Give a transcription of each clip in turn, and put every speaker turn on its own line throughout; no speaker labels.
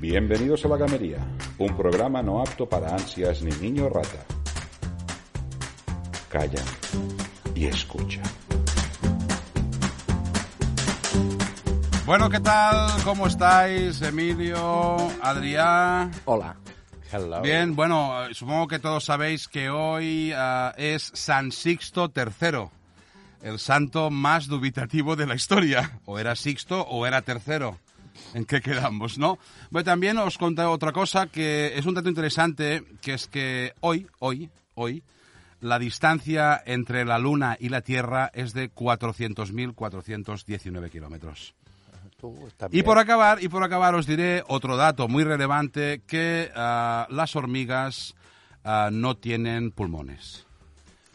Bienvenidos a La Gamería, un programa no apto para ansias ni niño rata. Calla y escucha.
Bueno, ¿qué tal? ¿Cómo estáis? Emilio, Adrián.
Hola.
Bien, bueno, eh, supongo que todos sabéis que hoy ah, es San Sixto III, el santo más dubitativo de la historia. O era Sixto o era tercero. ¿En qué quedamos, no? Bueno, también os conté otra cosa que es un dato interesante, que es que hoy, hoy, hoy, la distancia entre la Luna y la Tierra es de 400.419 kilómetros.
Tú estás
Y
bien.
por acabar, y por acabar os diré otro dato muy relevante que ah, las hormigas ah, no tienen pulmones.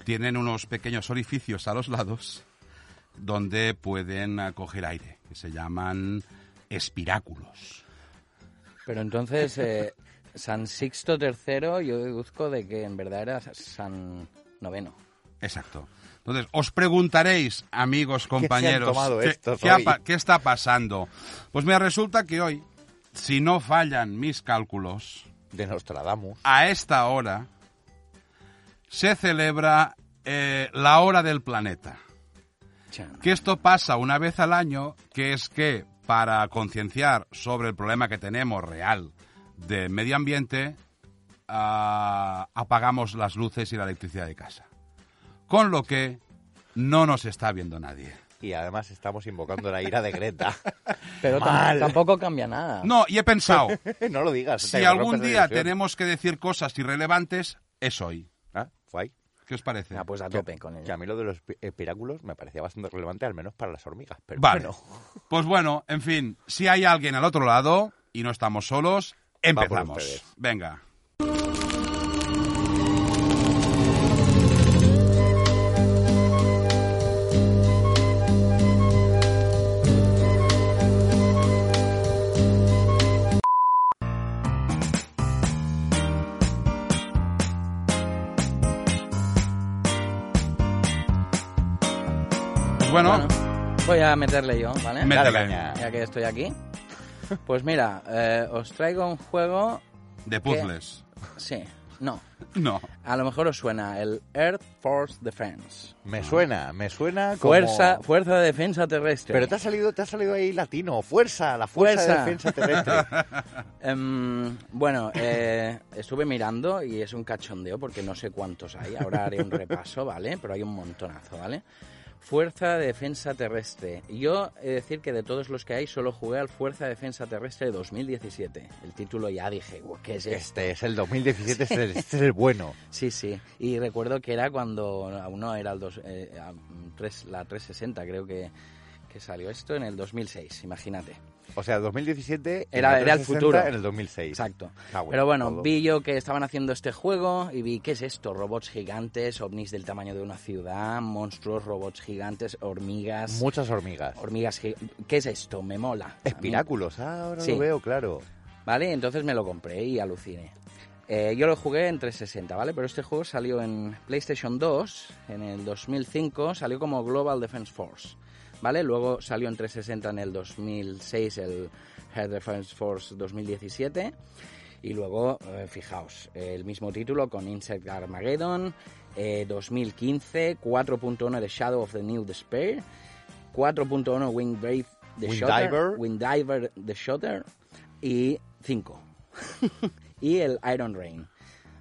Tienen unos pequeños orificios a los lados donde pueden ah, coger aire, que se llaman espiráculos.
Pero entonces, eh, San Sixto III, yo deduzco de que en verdad era San Noveno.
Exacto. Entonces, os preguntaréis, amigos, compañeros,
tomado estos
qué ha
hoy?
pa- qué está pasando? Pues mira, resulta que hoy, si no fallan mis cálculos,
De Nostradamus.
a esta hora se celebra eh, la hora del planeta.
Chan.
Que esto pasa una vez al año, que es que para concienciar sobre el problema que tenemos real de medio ambiente, ah, apagamos las luces y la electricidad de casa. Con lo que no nos está viendo nadie.
Y además estamos invocando la ira de Greta.
Pero tam-
Mal.
tampoco cambia nada.
No, y he pensado,
no lo digas.
si
te
algún
rompes la
día
ilusión.
tenemos que decir cosas irrelevantes, es hoy.
Ah, guay.
¿Qué os parece?
Ah, pues a tope con
Que a
ella.
mí lo de los pi- espiráculos me parecía bastante relevante, al menos para las hormigas. Pero
Vale.
bueno,
Pues bueno, en fin, si hay alguien al otro lado y no estamos solos,
por
empezamos.
ustedes.
Venga. Pues Bueno,
Bueno, voy a meterle yo, ¿vale?
Me-
dale
Métele.
caña.
Ya que estoy aquí. Pues mira, eh, os traigo un juego...
de puzzles.
Sí, no.
No.
A lo mejor os suena el Earth Force Defense.
Me suena, me suena como...
Fuerza, fuerza de defensa terrestre.
Pero te ha, salido, te ha salido ahí latino. Fuerza, la
Fuerza.
fuerza, de defensa terrestre.
Em, bueno, eh, estuve mirando y es un cachondeo porque no sé cuántos hay. Ahora haré un repaso, ¿vale? Pero hay un montonazo, ¿vale? Fuerza de Defensa Terrestre. Yo he de decir que de todos los que hay solo jugué al Fuerza de Defensa Terrestre 2017. El título ya dije, "Guau, ¿qué es esto?
este es el 2017, este, es el- este es el bueno.
Sí, sí. Y recuerdo que era cuando aún no era el dos- eh, a- tres- la 360, creo que, que salió esto en el 2006, imagínate.
O sea, 2017... en
Era-
el
era el
360,
futuro.
En el 2006.
Exacto.
Ah, bueno,
Pero bueno,
todo.
vi yo que estaban haciendo este juego y vi, ¿qué es esto? Robots gigantes, ovnis del tamaño de una ciudad, monstruos, robots gigantes, hormigas.
Muchas hormigas.
Hormigas gi- ¿Qué es esto? Me mola. A mí-
Espiráculos. Ah, ahora
Sí.
lo veo, claro.
¿Vale? Entonces me lo compré y aluciné. Eh, yo lo jugué en 360, ¿vale? Pero este juego salió en PlayStation 2 en el 2005, salió como Global Defense Force, ¿vale? Luego salió en 360 en el 2006 el Air Defense Force 2017 y luego, eh, fijaos, el mismo título con Insect Armageddon, eh, 2015, 4.1 de Shadow of the New Despair, 4.1 Wing Brave The
Wingdiver.
Shutter, Windiver The Shutter y 5. y el Iron Rain.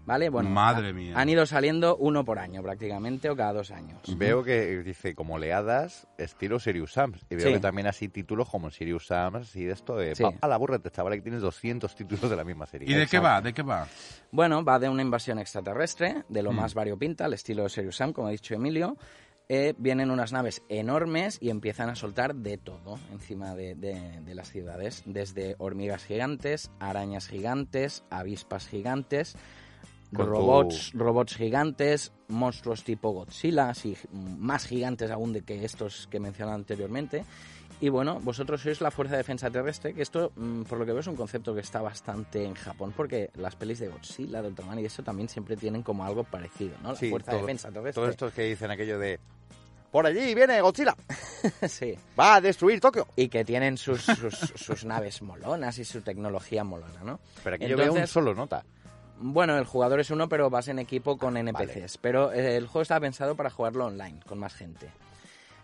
¿Vale? Bueno,
Madre
ha-
mía.
han ido saliendo uno por año prácticamente o cada dos años.
Veo que dice como oleadas estilo Sirius Sams. Y veo
Sí.
que también así títulos como Sirius Sams y de esto de...
Sí.
A la burra, este chaval, que tienes 200 títulos de la misma serie.
¿Y de qué va? ¿De qué va?
Bueno, va de una invasión extraterrestre, de lo más variopinta, al estilo Serious Sam, como ha dicho Emilio, eh, vienen unas naves enormes y empiezan a soltar de todo encima de, de- de las ciudades, desde hormigas gigantes, arañas gigantes, avispas gigantes,
Con tu-
robots, robots gigantes, monstruos tipo Godzilla, así, más gigantes aún de que estos que mencionaba anteriormente. Y bueno, vosotros sois la Fuerza de Defensa Terrestre, que esto, mm, por lo que veo, es un concepto que está bastante en Japón, porque las pelis de Godzilla, de Ultraman y eso también siempre tienen como algo parecido, ¿no? La
Sí,
Fuerza de
todo-
Defensa Terrestre.
Todos estos que dicen aquello de... Por allí viene Godzilla,
sí.
va a destruir Tokio.
Y que tienen sus, sus, sus naves molonas y su tecnología molona, ¿no?
Pero aquí yo veo un
Entonces-
solo nota.
Bueno, el jugador es uno, pero vas en equipo con NPCs.
Ah, vale.
Pero eh, el juego está pensado para jugarlo online, con más gente.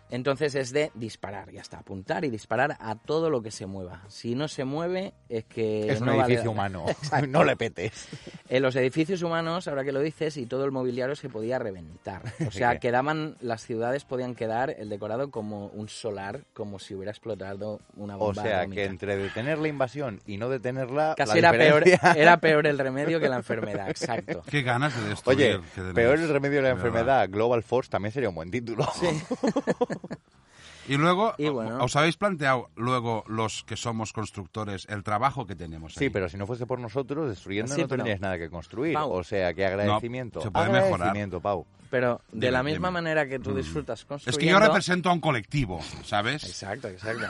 Entonces es de disparar, ya está, apuntar y disparar a todo lo que se mueva. Si no se mueve, es que.
es un
no vale
edificio
la-
humano. no le petes.
En los edificios humanos, ahora que lo dices, y todo el mobiliario se podía reventar. O sea, quedaban, las ciudades podían quedar el decorado como un solar, como si hubiera explotado una
O
bomba.
sea,
atómica.
que entre detener la invasión y no detenerla...
Casi
la
era peor,
diferencia-
era peor el remedio que la enfermedad, exacto.
Qué ganas de destruir.
Oye,
que tenéis,
peor el remedio de la
verdad.
enfermedad, Global Force también sería un buen título.
Y luego,
Y bueno.
¿os habéis planteado luego los que somos constructores el trabajo que tenemos?
Sí,
ahí? Ah,
pero si no fuese por nosotros, destruyendo
Sí,
no
pero-
tendrías nada que construir.
Pau.
O sea, que agradecimiento.
se puede mejorar.
agradecimiento, Pau.
Pero de
Dime,
la misma
dime.
manera que tú disfrutas
Es
construyendo...
que yo represento a un colectivo, ¿sabes?
Exacto, exacto.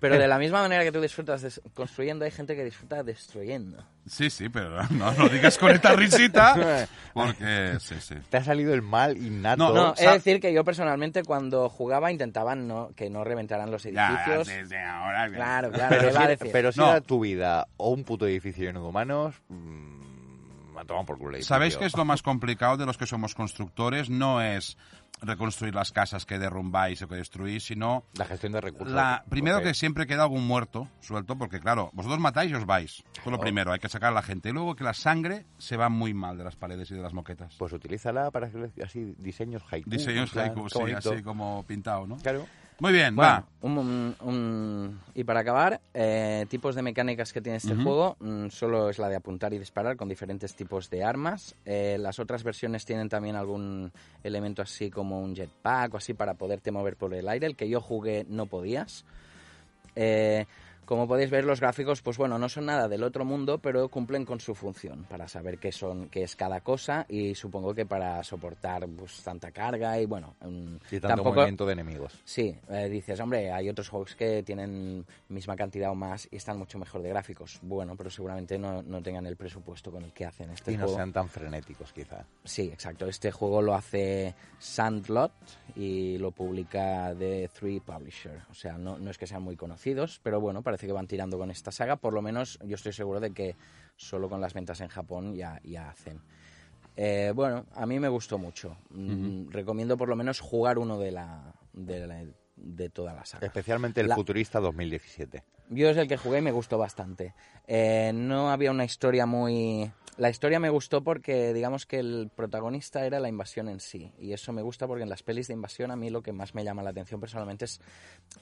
Pero de la misma manera que tú disfrutas des- construyendo, hay gente que disfruta destruyendo.
Sí, sí, pero no lo digas con esta risita, porque sí, sí.
Te ha salido el mal innato.
No,
No,
o
es
sea-
decir que yo personalmente cuando jugaba intentaba no, que no reventaran los
Ya,
edificios.
desde ahora. ya.
Claro, claro,
pero
¿qué va a
si,
decir?
pero si
No.
era tu vida o un puto edificio lleno de humanos, mm, a tomar por culo. el edificio.
¿Sabéis qué es lo más complicado de los que somos constructores? No es reconstruir las casas que derrumbáis o que destruís, sino
La gestión de recursos.
la, primero
Porque
que siempre queda algún muerto suelto, porque claro, vosotros matáis y os vais. Eso es lo
Claro.
primero, hay que sacar a la gente. Y luego que la sangre se va muy mal de las paredes y de las moquetas.
Pues utilízala para hacer así diseños haiku.
Diseños
en plan,
haiku,
qué
sí,
bonito.
así como pintado, ¿no?
Claro.
Muy bien,
Bueno,
va.
un- un- un- y para acabar, eh, tipos de mecánicas que tiene este
Ujú.
juego, mm, solo es la de apuntar y disparar con diferentes tipos de armas. Eh, las otras versiones tienen también algún elemento así como un jetpack o así para poderte mover por el aire, el que yo jugué no podías. Eh, como podéis ver, los gráficos, pues bueno, no son nada del otro mundo, pero cumplen con su función para saber qué son, qué es cada cosa y supongo que para soportar pues, tanta carga y bueno, mm,
Y tanto movimiento de enemigos.
Sí, eh, dices, hombre, hay otros juegos que tienen misma cantidad o más y están mucho mejor de gráficos. Bueno, pero seguramente no, no tengan el presupuesto con el que hacen este
Y no
juego.
sean tan frenéticos, quizá.
Sí, exacto. Este juego lo hace Sandlot y lo publica The Three Publisher. O sea, no, no es que sean muy conocidos, pero bueno, parece que van tirando con esta saga. Por lo menos yo estoy seguro de que solo con las ventas en Japón ya, ya hacen. Eh, bueno, a mí me gustó mucho. Mm, Recomiendo por lo menos jugar uno de la de, la- de toda la saga.
Especialmente el
La-
futurista 2017.
Yo es el que jugué y me gustó bastante. Eh, no había una historia muy... La historia me gustó porque digamos que el protagonista era la invasión en sí. Y eso me gusta porque en las pelis de invasión a mí lo que más me llama la atención personalmente es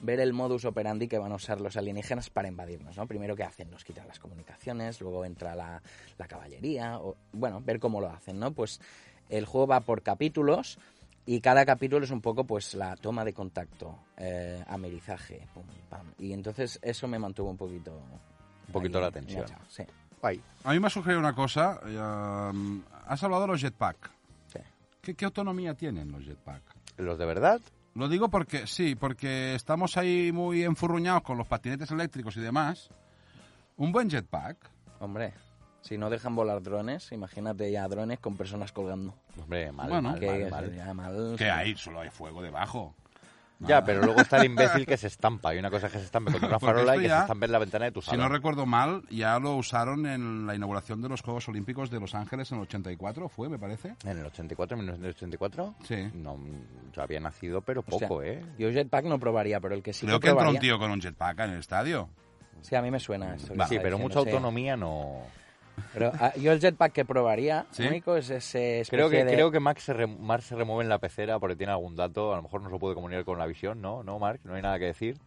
ver el modus operandi que van a usar los alienígenas para invadirnos. ¿no? Primero que hacen, nos quitan las comunicaciones, luego entra la, la caballería, o, bueno, ver cómo lo hacen. ¿no? Pues el juego va por capítulos y cada capítulo es un poco pues la toma de contacto, eh, amerizaje, pum, pam. Y entonces eso me mantuvo un poquito... Un
poquito la tensión.
Sí,
Ay,
A mí me ha sugerido una cosa. eh, has hablado de los jetpack.
sí.
¿Qué, qué autonomía tienen los jetpack?
¿Los de verdad?
Lo digo porque, sí, porque estamos ahí muy enfurruñados con los patinetes eléctricos y demás. Un buen jetpack.
Pues
Hombre, si no dejan volar drones, imagínate ya drones con personas colgando.
Hombre, mal,
Bueno.
mal,
que
mal,
es-
mal.
ya mal-
Que hay, solo hay fuego debajo.
Ya, pero luego está el imbécil que se estampa. Y una cosa es que se estampe contra una
Ah. Porque
farola
esto
y que
ya-
se estampe en la ventana de tu
Si
sala.
no recuerdo mal, ya lo usaron en la inauguración de los Juegos Olímpicos de Los Ángeles en el 84, ¿fue, me parece?
¿En el 84, 1984?
Sí.
No, mm, yo había nacido, pero
O sea,
poco, ¿eh?
Yo jetpack no probaría, pero el que sí
Creo
que
que entró
probaría...
un tío con un jetpack en el estadio.
Sí, a mí me suena esto. que
sí,
está
pero
diciendo,
mucha
sí.
autonomía no...
Pero, ah, yo el jetpack que probaría,
¿Sí?
único, es ese especie
Creo que,
de...
creo que Max se, re- Mark se remueve en la pecera porque tiene algún dato. A lo mejor no se lo puede comunicar con la visión, ¿no? ¿No, Mark? No hay nada que decir.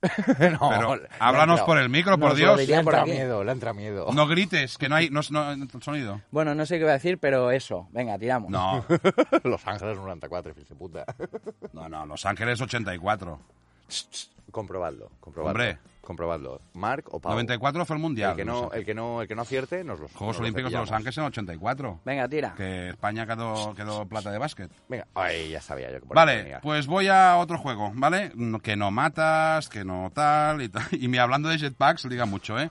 no,
Pero
le-
háblanos
le ha
por el micro, por
No,
Dios.
solo
entrado- Le
diría
ha
por
entrado
aquí.
miedo, le ha entrado miedo.
No grites, que no hay, no, no- el sonido.
Bueno, no sé qué voy a decir, pero eso. Venga, tiramos.
No,
Los Ángeles 94, hijos de puta.
no, no, Los Ángeles 84.
comprobadlo, comprobadlo.
Hombre.
Comprobadlo. Marc o Pau.
94 fue el Mundial.
El que,
Los
no, eh,
Ángeles.
el, que no, el que no acierte, nos los
Juegos
nos
Olímpicos de Los
cepillamos.
Ángeles en 84.
Venga, tira.
Que España quedó, quedó plata de básquet.
Venga, ay, ya sabía yo que por ahí
Vale,
venía.
pues voy a otro juego, ¿vale? No- Que no matas, que no tal y tal. Y me hablando de jetpacks, liga mucho, ¿eh?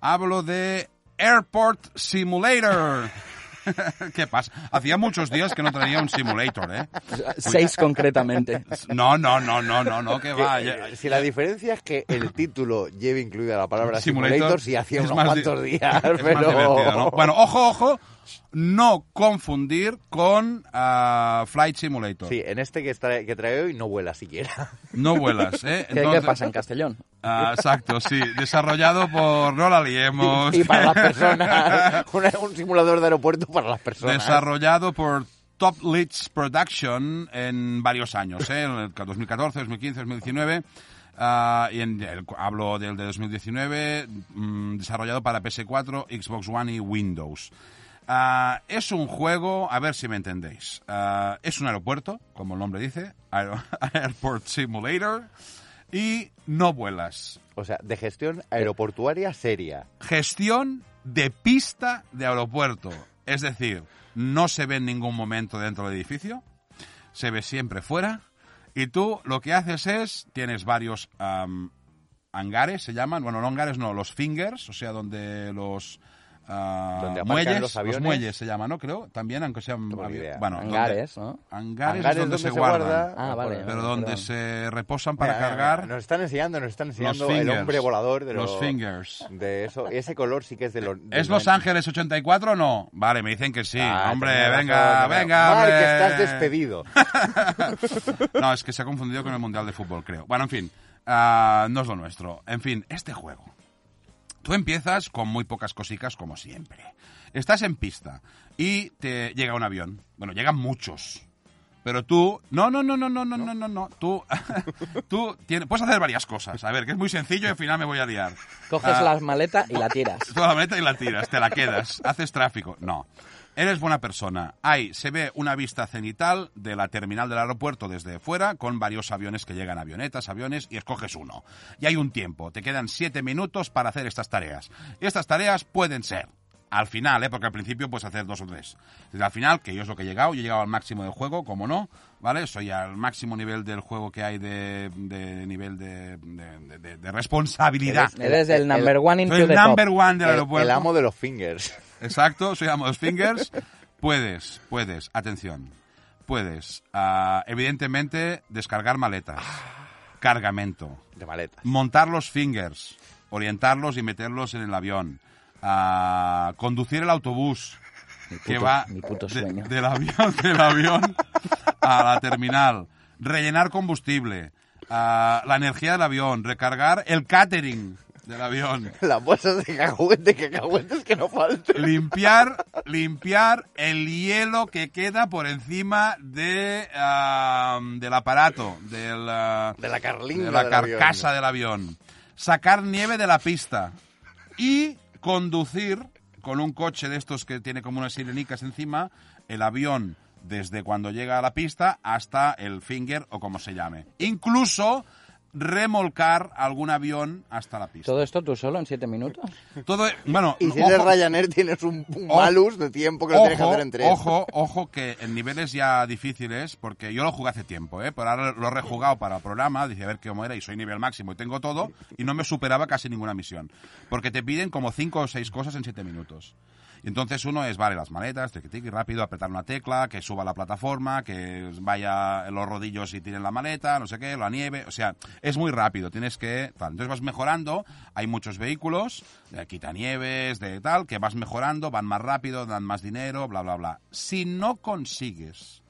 Hablo de Airport Simulator. ¿Qué pasa? Hacía muchos días que no traía un simulator, ¿eh?
Seis concretamente.
No, no, no, no, no, no, que
Que,
va.
eh,
ya-
si la diferencia es que el título lleve incluida la palabra
Simulator,
simulator, si hacía
es
unos
más di-
cuantos días,
es
pero...
más divertido, ¿no? Bueno, ojo, ojo, no confundir con ah, Flight Simulator.
Sí, en este que, está, que trae hoy no vuela siquiera.
No vuelas, ¿eh?
¿Qué, qué
Entonces-
pasa en Castellón?
Ah, exacto, sí. Desarrollado por No la liemos.
Y para las personas, una- un simulador de aeropuerto para las personas.
Desarrollado por Top Leads Production en varios años, ¿eh? en el 2014, 2015, 2019. Ah, y en el- hablo del de 2019, mm, desarrollado para PS4, Xbox One y Windows. Ah, es un juego, a ver si me entendéis. Ah, es un aeropuerto, como el nombre dice, Aer- Airport Simulator, y no vuelas.
O sea, de gestión aeroportuaria seria.
gestión de pista de aeropuerto. Es decir, no se ve en ningún momento dentro del edificio, se ve siempre fuera. Y tú lo que haces es, tienes varios am, hangares, se llaman, bueno, no hangares, no, los fingers, o sea, donde los... ah,
Donde aparcan
muelles,
los aviones.
muelles se llaman, ¿no? Creo, también, aunque sean...
Tengo ni
avi-
idea.
Bueno, donde-
Hangares, ¿no?
hangares es
Hangares
donde, se, guardan,
guarda.
Ah, vale.
Mira,
pero donde
perdón.
se reposan para
mira, mira,
cargar
Nos están enseñando, nos están
los
enseñando
fingers.
el hombre volador de
los
lo-
fingers.
De eso. Ese color sí que es de los.
¿Es Los Ángeles 84 o no? Vale, me dicen que sí.
Ah,
hombre,
tenía razón,
venga,
hombre.
venga,
Marc,
hombre.
estás despedido.
No, es que se ha confundido con el Mundial de Fútbol, creo. Bueno, en fin, ah, no es lo nuestro. En fin, este juego. Tú empiezas con muy pocas cositas, como siempre. Estás en pista y te llega un avión. Bueno, llegan muchos. Pero tú, no, no, no, no, no, no, no, no, no. Tú, tú tienes, puedes hacer varias cosas. A ver, que es muy sencillo y al final me voy a liar.
Coges
Ah.
las maletas y la tiras.
Toda la maleta y la tiras, te la quedas, haces tráfico. No. Eres buena persona. Ahí se ve una vista cenital de la terminal del aeropuerto desde fuera, con varios aviones que llegan, avionetas, aviones, y escoges uno. Y hay un tiempo, te quedan siete minutos para hacer estas tareas. Estas tareas pueden ser, al final, ¿eh? porque al principio puedes hacer dos o tres. Desde al final, que yo es lo que he llegado, yo he llegado al máximo del juego, como no, ¿vale? Soy al máximo nivel del juego que hay de, de nivel de, de- de- de responsabilidad.
Eres-
Eres el
el-
number one into
Soy el
the top.
number one del
El-
aeropuerto.
el amo de los fingers.
Exacto, soy Amos Fingers. Puedes, puedes, atención, puedes, ah, evidentemente, descargar maletas, cargamento,
De maleta.
montar los fingers, orientarlos y meterlos en el avión, ah, conducir el autobús que
puto-
va
mi puto
de-
sueño.
del avión, del avión a la terminal, rellenar combustible, ah, la energía del avión, recargar el catering del avión.
Las bolsas de cacahuete, cacahuetes que no falten.
limpiar, limpiar el hielo que queda por encima de, ah, del aparato, del, ah,
De la carlinga
de la
del avión.
carcasa del avión, sacar nieve de la pista y conducir con un coche de estos que tiene como unas sirenicas encima el avión desde cuando llega a la pista hasta el finger o como se llame. Incluso remolcar algún avión hasta la pista.
¿Todo esto tú solo en siete minutos?
Todo, bueno,
Y si
ojo-
eres Ryanair tienes un, un
Ojo.
malus de tiempo que lo tienes que hacer en tres.
Ojo, ojo, que en niveles ya difíciles, porque yo lo jugué hace tiempo, ¿eh? Pero ahora lo he rejugado para el programa, dije a ver cómo era, y soy nivel máximo y tengo todo, y no me superaba casi ninguna misión. Porque te piden como cinco o seis cosas en siete minutos. Y entonces uno es, vale, las maletas, tiqui tiqui, rápido, apretar una tecla, que suba la plataforma, que vaya los rodillos y tiren la maleta, no sé qué, la nieve, o sea, es muy rápido, tienes que tal. Entonces vas mejorando, hay muchos vehículos, de quitanieves, de tal, que vas mejorando, van más rápido, dan más dinero, bla, bla, bla. Si no consigues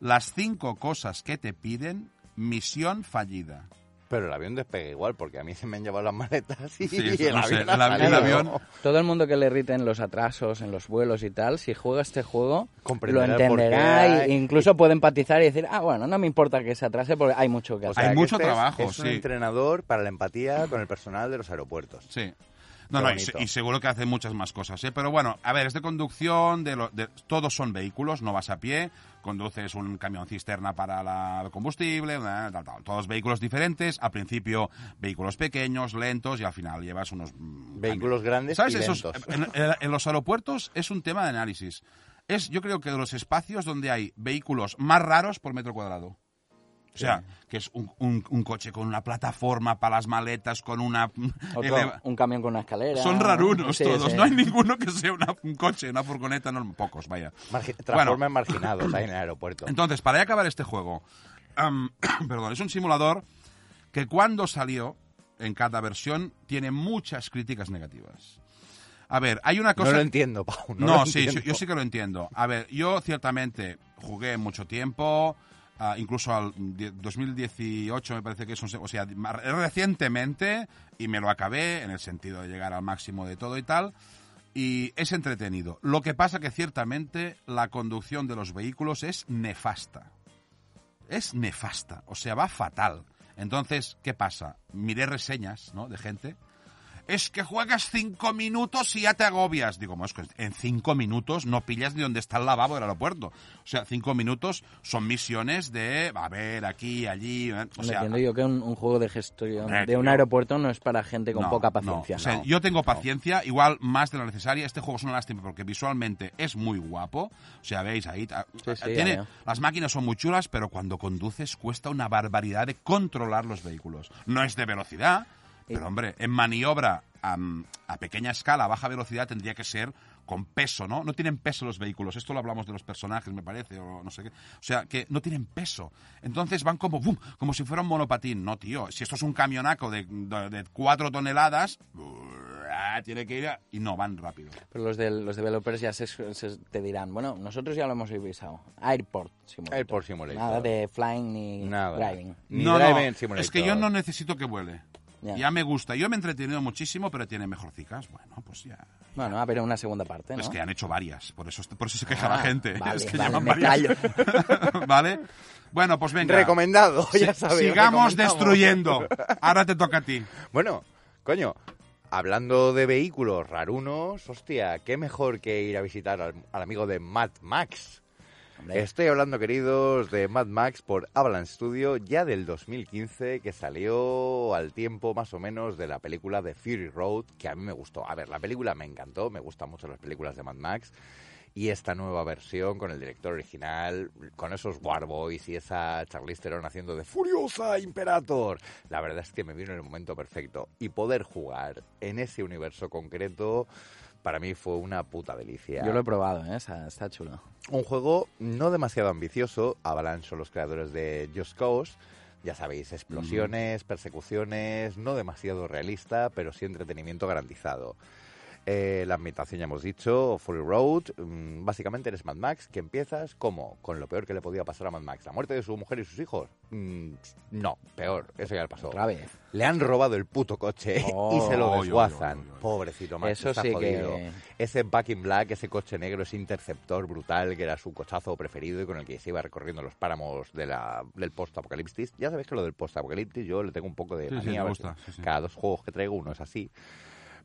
las cinco cosas que te piden, misión fallida.
Pero el avión despega igual, porque a mí se me han llevado las maletas y,
Sí, eso
el,
no sé,
avión
el avi-
ha
el
salido.
avión-
Todo el mundo que le irriten los atrasos en los vuelos y tal, si juega este juego, lo
Comprenderá el
entenderá
porqué.
e incluso puede empatizar y decir, ah, bueno, no me importa que se atrase porque hay mucho que
O
hacer.
sea, que
mucho
este es-
trabajo,
Es un
sí.
entrenador para la empatía con el personal de los aeropuertos.
Sí. No,
Qué
no, y,
bonito.
se- y seguro que hace muchas más cosas, ¿eh? Pero bueno, a ver, es de conducción, de, lo- de- todos son vehículos, no vas a pie, conduces un camión cisterna para la- el combustible, bla, tal, tal. todos vehículos diferentes, al principio vehículos pequeños, lentos, y al final llevas unos... mm,
Vehículos grandes
¿Sabes?
y
Esos- eh,
lentos.
en, en- en los aeropuertos es un tema de análisis. Es, yo creo que de los espacios donde hay vehículos más raros por metro cuadrado. O sea, que es un, un- un coche con una plataforma para las maletas, con una...
Otro,
eleva-
un camión con una escalera.
son rarunos
Sí,
todos.
sí.
No hay ninguno que sea una- un coche, una furgoneta, no, pocos, vaya.
Margi-
Bueno.
Transforma en marginados ahí en el aeropuerto.
Entonces, para ya acabar este juego, am, perdón, es un simulador que cuando salió en cada versión tiene muchas críticas negativas. A ver, hay una cosa.
No lo entiendo, Pau. No,
No,
lo
sí,
entiendo.
yo sí que lo entiendo. A ver, yo ciertamente jugué mucho tiempo, ah, incluso al die- 2018 me parece que es un... se- O sea, ma- recientemente, y me lo acabé en el sentido de llegar al máximo de todo y tal, y es entretenido. Lo que pasa que ciertamente la conducción de los vehículos es nefasta es nefasta, o sea, va fatal. Entonces, ¿qué pasa? Miré reseñas, ¿no? De gente. Es que juegas cinco minutos y ya te agobias. Digo, moscas, en cinco minutos no pillas ni dónde está el lavabo del aeropuerto. O sea, cinco minutos son misiones de, a ver, aquí, allí. eh, O
Me
sea,
entiendo yo que un, un juego de gestión
Eh,
de un
tío.
aeropuerto no es para gente con
no,
poca
no.
paciencia.
O sea,
no.
yo tengo paciencia, igual más de la necesaria. Este juego es una lástima porque visualmente es muy guapo. O sea, veis ahí. ta-
Sí, sí,
tiene-
ya veo.
las máquinas son muy chulas, pero cuando conduces cuesta una barbaridad de controlar los vehículos. No es de velocidad, pero hombre, en maniobra am, a pequeña escala, a baja velocidad, tendría que ser con peso, ¿no? No tienen peso los vehículos. Esto lo hablamos de los personajes, me parece, o no sé qué. O sea, que no tienen peso. Entonces van como, ¡bum! como si fuera un monopatín. No, tío, si esto es un camionaco de, de, de cuatro toneladas, ¡buah! tiene que ir a... Y no, van rápido.
Pero los, del- los developers ya se, se- te dirán, bueno, nosotros ya lo hemos revisado. Airport Simulator.
Airport Simulator.
Nada de flying ni
Nada.
driving.
Ni
no,
Drive-In
no,
Simulator.
es que yo no necesito que vuele.
Ya.
Ya me gusta. Yo me he entretenido muchísimo, pero tiene mejorcicas. Bueno, pues ya.
Bueno, a ver, una segunda parte, ¿no?
Es que han hecho varias, por eso, por eso se queja la
Ah,
gente.
vale,
es que
vale,
llevan
me
varias. ¿Vale? Bueno, pues venga.
Recomendado,
Si-
ya sabéis.
Sigamos
recomendamos.
destruyendo. Ahora te toca a ti.
Bueno, coño, hablando de vehículos rarunos, hostia, qué mejor que ir a visitar al, al amigo de Mad Max.
Hombre.
Estoy hablando, queridos, de Mad Max por Avalanche Studio, ya del 2015, que salió al tiempo más o menos de la película de Fury Road, que a mí me gustó. A ver, la película me encantó, me gustan mucho las películas de Mad Max. Y esta nueva versión con el director original, con esos Warboys y esa Charlize Theron haciendo de Furiosa Imperator. La verdad es que me vino en el momento perfecto. Y poder jugar en ese universo concreto, para mí fue una puta delicia
Yo lo he probado, ¿eh? Está, está chulo.
un juego no demasiado ambicioso. Avalanche son los creadores de Just Cause. Ya sabéis, explosiones, persecuciones, no demasiado realista, pero sí entretenimiento garantizado. Eh, la ambientación, ya hemos dicho, Fury Road. mm, básicamente eres Mad Max, que empiezas como con lo peor que le podía pasar a Mad Max: la muerte de su mujer y sus hijos. Mm, no, peor, eso ya le pasó.
Otra vez.
Le han robado el puto coche ¿eh? y
Oh,
se lo
oy, oy,
desguazan.
oy, oy, oy.
Pobrecito Max,
Eso
está
sí que-
jodido. Ese Back in Black, ese coche negro, ese interceptor brutal que era su cochazo preferido y con el que se iba recorriendo los páramos de la, del post-apocalipsis. Ya sabéis que lo del post-apocalipsis yo le tengo un poco
Sí,
de
sí,
manía,
me
a ver
gusta,
si-
sí, sí.
Cada dos juegos que traigo uno es así.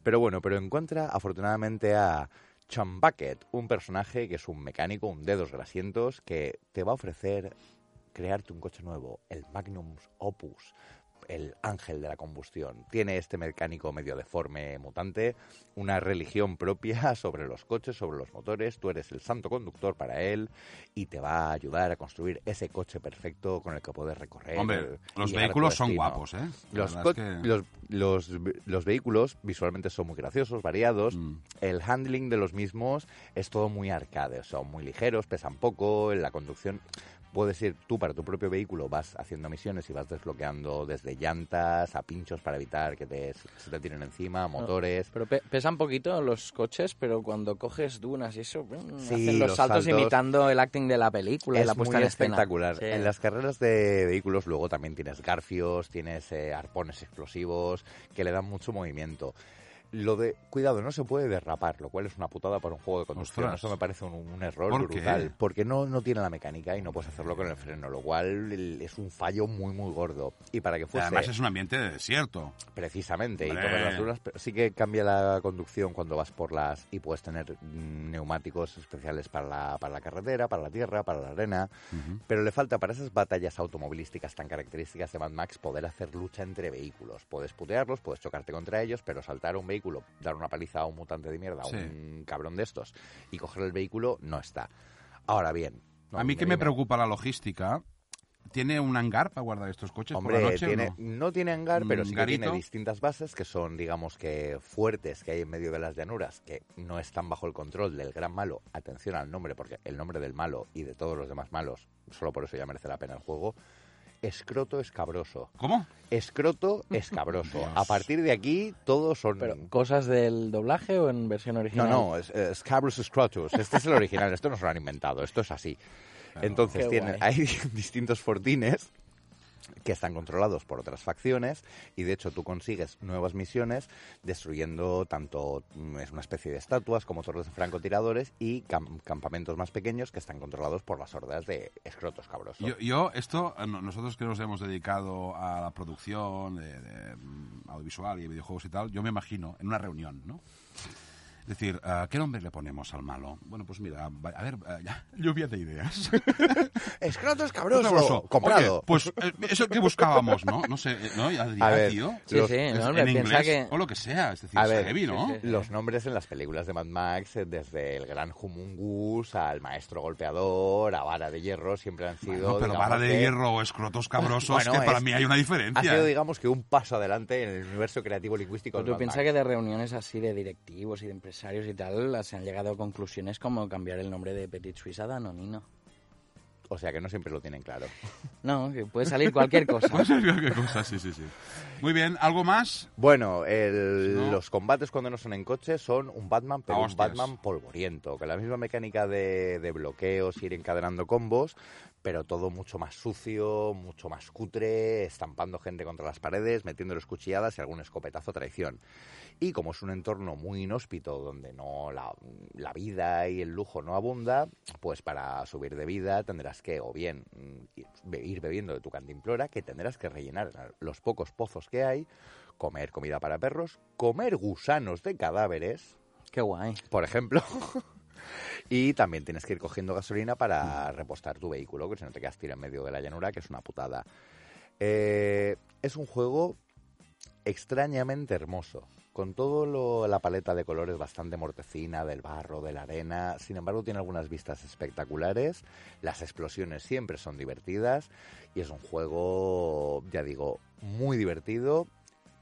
Pero bueno, pero encuentra afortunadamente a Chumbucket, un personaje que es un mecánico, un dedos grasientos, que te va a ofrecer crearte un coche nuevo, el Magnum Opus, el ángel de la combustión. Tiene este mecánico medio deforme mutante, una religión propia sobre los coches, sobre los motores, tú eres el santo conductor para él y te va a ayudar a construir ese coche perfecto con el que puedes recorrer.
Hombre,
y
los
llegar a tu
vehículos son
destino.
guapos, ¿eh? La verdad
Los,
es
co-
que-
los, los ve- los vehículos visualmente son muy graciosos, variados.
Mm.
El handling de los mismos es todo muy arcade, son muy ligeros, pesan poco, la conducción Puedes ir tú para tu propio vehículo, vas haciendo misiones y vas desbloqueando desde llantas a pinchos para evitar que te, se te tiren encima, motores.
Pero pe- pesan poquito los coches, pero cuando coges dunas y eso, mm,
Sí,
hacen los,
los
saltos,
saltos.
imitando el acting de la película y
Es
la puesta
muy
en escena.
espectacular.
Sí.
En las carreras de vehículos luego también tienes garfios, tienes eh, arpones explosivos que le dan mucho movimiento. Lo de, cuidado, no se puede derrapar, lo cual es una putada para un juego de conducción.
Ostras.
Eso me parece un, un error
¿Por qué?
brutal. Porque no, no tiene la mecánica y no puedes hacerlo con el freno, lo cual el- es un fallo muy, muy gordo. Y para que fuese
Además es un ambiente de desierto.
precisamente, y
Hombre.
todas las dunas, pero sí que cambia la conducción cuando vas por las... y puedes tener mm, neumáticos especiales para la, para la carretera, para la tierra, para la arena, pero le falta para esas batallas automovilísticas tan características de Mad Max poder hacer lucha entre vehículos. Puedes putearlos, puedes chocarte contra ellos, pero saltar a un vehículo, dar una paliza a un mutante de mierda, a
Sí.
un cabrón de estos, y coger el vehículo, no está. Ahora bien... no,
a mí
dime,
que me
dime.
preocupa la logística, ¿tiene un hangar para guardar estos coches
Hombre,
por la noche?
tiene-
No.
no? tiene hangar, pero
Mm,
sí que
garito.
tiene distintas bases que son, digamos que, fuertes que hay en medio de las llanuras, que no están bajo el control del gran malo. Atención al nombre, porque el nombre del malo y de todos los demás malos, solo por eso ya merece la pena el juego. Escroto escabroso.
¿Cómo?
Escroto escabroso.
Dios.
A partir de aquí, todos son.
Pero, ¿Cosas del doblaje o en versión
no,
original?
no, es, eh, Scabrous Scrotus. Este es el original, esto no se lo han inventado, esto es así. Entonces
Qué
tienen,
guay.
hay distintos fortines que están controlados por otras facciones y de hecho tú consigues nuevas misiones destruyendo tanto mm, es una especie de estatuas como torres de francotiradores y cam- campamentos más pequeños que están controlados por las hordas de escrotos cabrosos.
Yo, yo esto, eh, no- nosotros que nos hemos dedicado a la producción de, de, mm, audiovisual y de videojuegos y tal, yo me imagino en una reunión, ¿no? Es decir, ah, ¿qué nombre le ponemos al malo? Bueno, pues mira, va- a ver, ah, ya, lluvia de ideas.
¡Escrotos cabrosos!
Sabroso.
¡Comprado!
Oye, pues eh, eso que buscábamos, ¿no? No sé, eh, ¿no? Y Adrián,
A ver,
tío.
Sí, sí, no,
Es-
hombre,
en
piensa
inglés
que...
o lo que sea, es decir,
A
es
ver,
heavy, ¿no?
sí, sí.
Los nombres en las películas de Mad Max, eh, desde el gran Humungus al maestro golpeador, a Vara de Hierro, siempre han sido...
No, pero
digamos,
vara de
que-
hierro o escrotos cabrosos,
Bueno,
que para
es-
mí hay una
Ha
diferencia.
sido,
¿eh?
digamos, que un paso adelante en el universo creativo lingüístico.
Pero
de
tú
Mad
piensas
Max.
Pues que de reuniones así de directivos y de empresarios y tal se han llegado a conclusiones como cambiar el nombre de Petit Suisse a Danonino.
O sea, que no siempre lo tienen claro.
No, que puede salir cualquier cosa.
Pues, qué cosa, sí, sí, sí. Muy bien, ¿algo más?
Bueno, el-
No.
los combates cuando no son en coche son un Batman, pero
Ah,
un
hostias.
Batman polvoriento, con la misma mecánica de, de bloqueos, ir encadenando combos, pero todo mucho más sucio, mucho más cutre, estampando gente contra las paredes, metiéndoles cuchilladas y algún escopetazo a traición. Y como es un entorno muy inhóspito, donde no la, la vida y el lujo no abunda, pues para subir de vida tendrás que o bien mm, ir- be- ir bebiendo de tu cantimplora, que tendrás que rellenar los pocos pozos que hay, comer comida para perros, comer gusanos de cadáveres,
Qué guay.
por ejemplo. Y también tienes que ir cogiendo gasolina para repostar tu vehículo, que si no te quedas tirado en medio de la llanura, que es una putada. Eh, es un juego extrañamente hermoso, con toda la paleta de colores bastante mortecina, del barro, de la arena. Sin embargo, tiene algunas vistas espectaculares, las explosiones siempre son divertidas y es un juego, ya digo, muy divertido.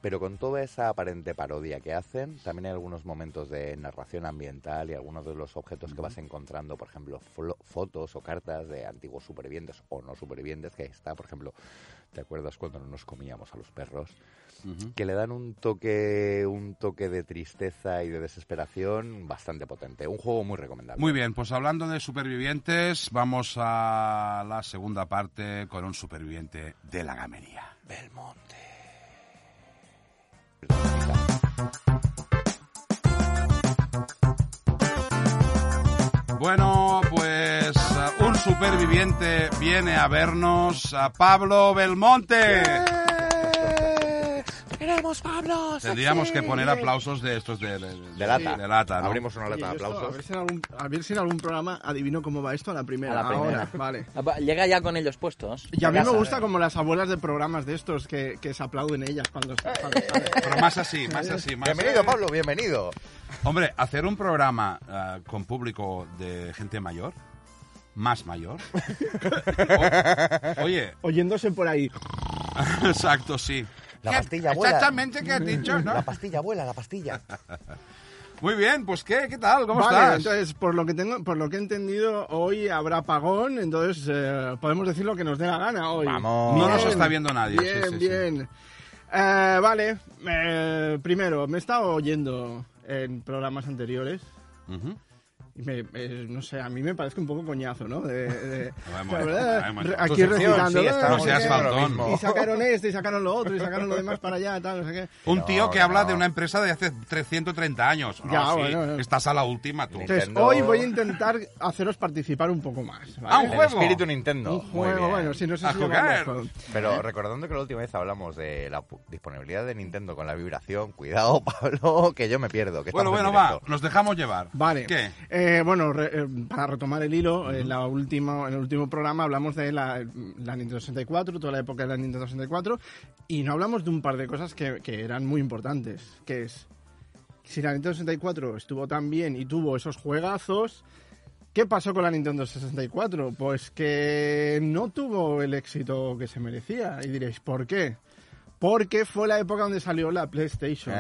Pero con toda esa aparente parodia que hacen, también hay algunos momentos de narración ambiental y algunos de los objetos que vas encontrando, por ejemplo, flo- fotos o cartas de antiguos supervivientes o no supervivientes, que ahí está, por ejemplo, ¿te acuerdas cuando no nos comíamos a los perros? que le dan un toque, un toque de tristeza y de desesperación bastante potente. Un juego muy recomendable.
Muy bien, pues hablando de supervivientes, vamos a la segunda parte con un superviviente de la gamería.
Belmonte.
Bueno, pues eh, un superviviente viene a vernos a Pablo Belmonte.
¡Eh!
¡Queremos Pablo!
Tendríamos que poner aplausos de estos de, de- de-
De lata.
De lata, ¿no?
Abrimos una
Oye,
lata de
esto, A
aplausos.
ver, si en algún, a ver si en algún programa adivino cómo va esto a la primera.
A la primera.
Ahora, vale.
Apa, Llega ya con ellos puestos.
Y a mí
Ya
me
sabes.
gusta como las abuelas de programas de estos que, que se aplauden ellas cuando, se- cuando salen.
Pero más así, más así, más
Bienvenido, Pablo, bienvenido.
Hombre, hacer un programa ah, con público de gente mayor, más mayor. O- oye,
Oyéndose por ahí.
exacto, sí.
La pastilla abuela. Mm.
Exactamente que has dicho, ¿no?
La pastilla, abuela, la pastilla.
Muy bien, pues ¿qué? ¿Qué tal? ¿Cómo
vale,
estás?
entonces, por lo que tengo, por lo que he entendido, hoy habrá apagón, entonces eh, podemos decir lo que nos dé la gana hoy.
Vamos.
No
Bien,
nos está viendo nadie. sí,
Bien,
sí, sí.
bien. Eh, vale, eh, primero, me he estado oyendo en programas anteriores.
Ujú.
y me- eh, no sé, a mí me parece un poco coñazo, ¿no? De, de-
Vamos,
la verdad,
vamos.
re-
Tu
aquí
sección,
recitando.
sí,
"Eh,
estamos
no sé
haciendo
qué,
lo mismo".
Y sacaron esto, y sacaron lo otro, y sacaron lo demás para allá, tal, no sé qué.
Un tío que
no.
habla de una empresa de hace 330 años. No,
Ya,
sí,
bueno, no.
Estás a la última tú.
Nintendo.
Entonces, hoy voy a intentar haceros participar un poco más. ¿vale?
Ah, un
El
juego.
espíritu Nintendo.
Un
Muy
juego,
bien.
bueno, sí, no sé
A
si llevamos
jugar.
juego.
Pero recordando que la última vez hablamos de la pu- disponibilidad de Nintendo con la vibración, cuidado, Pablo, que yo me pierdo. Que
Bueno,
estamos en
bueno, va,
directo.
nos dejamos llevar.
Vale.
¿Qué?
Eh, bueno, re- eh, para retomar el hilo, en, la última, en el último programa hablamos de la, la Nintendo 64, toda la época de la Nintendo 64, y no hablamos de un par de cosas que, que eran muy importantes, que es, si la Nintendo 64 estuvo tan bien y tuvo esos juegazos, ¿qué pasó con la Nintendo 64? Pues que no tuvo el éxito que se merecía, y diréis, ¿por qué? Porque fue la época donde salió la PlayStation.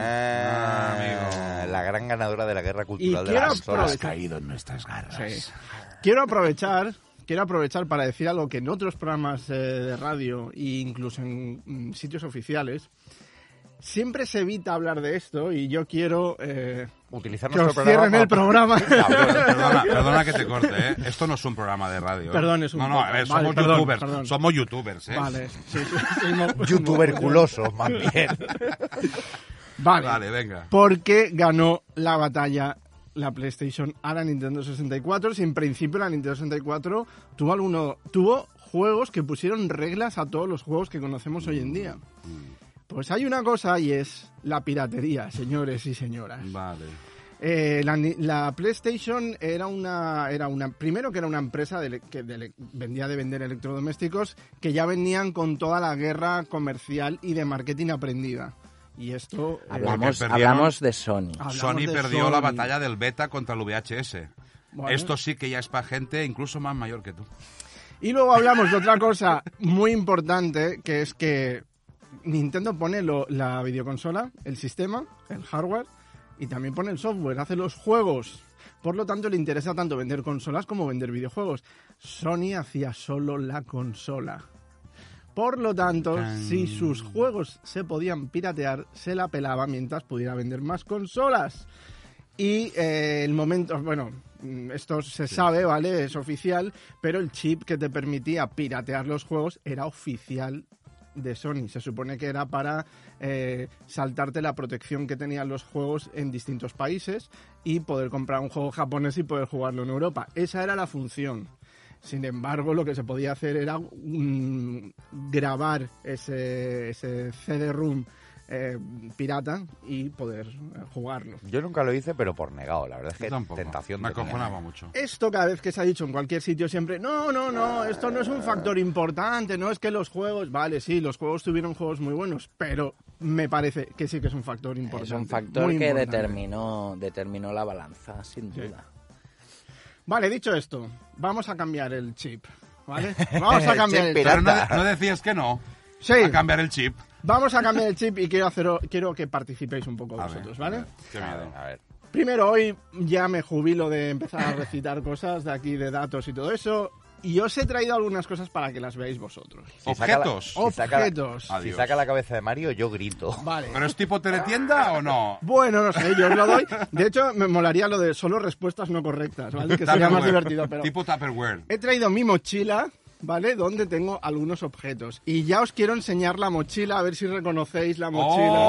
Ah, La gran ganadora de la guerra cultural
Y
de las
quiero
consolas.
aprovechar-
Caído en nuestras garras.
Sí. Quiero aprovechar, quiero aprovechar para decir algo que en otros programas eh, de radio e incluso en mm, sitios oficiales siempre se evita hablar de esto y yo quiero eh,
Utilizar
que os
nuestro programa.
cierren el
para-
programa.
Perdona, perdona que te corte, ¿eh? Esto no es un programa de radio. ¿eh?
Perdón, es un
No, no, a ver,
podcast. Vale,
somos
perdón,
youtubers.
perdón.
Somos youtubers, ¿eh?
Vale, sí, sí, sí, mo-
Youtuberculoso, más bien.
Vale,
Vale, venga.
porque ganó la batalla la PlayStation a la Nintendo 64. Si en principio la Nintendo 64 tuvo alguno, tuvo juegos que pusieron reglas a todos los juegos que conocemos hoy en día. Pues hay una cosa y es la piratería, señores y señoras.
Vale.
Eh, la, ni- la PlayStation era una, era una. Primero que era una empresa de le- que de le- vendía de vender electrodomésticos que ya venían con toda la guerra comercial y de marketing aprendida. Y esto. eh,
Hablamos,
perdieron-
hablamos de Sony.
Hablamos
Sony
de
perdió
Sony.
la batalla del beta contra el VHS.
Vale.
Esto sí que ya es para gente incluso más mayor que tú.
Y luego hablamos de otra cosa muy importante, que es que Nintendo pone lo- la videoconsola, el sistema, el hardware, y también pone el software, hace los juegos. Por lo tanto, le interesa tanto vender consolas como vender videojuegos. Sony hacía solo la consola. Por lo tanto, si sus juegos se podían piratear, se la pelaba mientras pudiera vender más consolas. Y eh, el momento, bueno, mm, esto se sabe, ¿vale? Es oficial, pero el chip que te permitía piratear los juegos era oficial de Sony. Se supone que era para eh, saltarte la protección que tenían los juegos en distintos países y poder comprar un juego japonés y poder jugarlo en Europa. Esa era la función. Sin embargo, lo que se podía hacer era mm, grabar ese, ese CD-ROOM eh, pirata y poder eh, jugarlo.
Yo nunca lo hice, pero por negado, la verdad es que
Yo tampoco.
tentación
Me
tenía.
acojonaba mucho.
Esto cada vez que se ha dicho en cualquier sitio siempre, no, no, no, esto no es un factor importante, no es que los juegos, vale, sí, los juegos tuvieron juegos muy buenos, pero me parece que sí que es un factor importante.
Es un factor
muy
que
importante.
determinó, determinó la balanza, sin
Sí.
duda.
Vale, dicho esto, vamos a cambiar el chip, ¿vale? Vamos a
El
cambiar
chip
el
pirata.
Pero
chip.
no, de- no decías que no.
Sí,
A cambiar el chip.
vamos a cambiar el chip y quiero, hacer- quiero que participéis un poco
A ver,
vosotros,
a
¿vale?
ver, qué
A
miedo.
ver, a ver.
Primero, hoy ya me jubilo de empezar a recitar cosas de aquí, de datos y todo eso. Y os he traído algunas cosas para que las veáis vosotros.
Si saca la-
Objetos.
Oh.
si saca la-
Objetos.
Si
Adiós.
saca la cabeza de Mario, yo grito.
Vale.
¿Pero es tipo teletienda o no?
Bueno, no sé, yo os lo doy. De hecho, me molaría lo de solo respuestas no correctas, ¿vale? Que sería más
Tupperware.
divertido, pero...
Tipo Tupperware.
He traído mi mochila, ¿vale? Donde tengo algunos objetos. Y ya os quiero enseñar la mochila, a ver si reconocéis la mochila.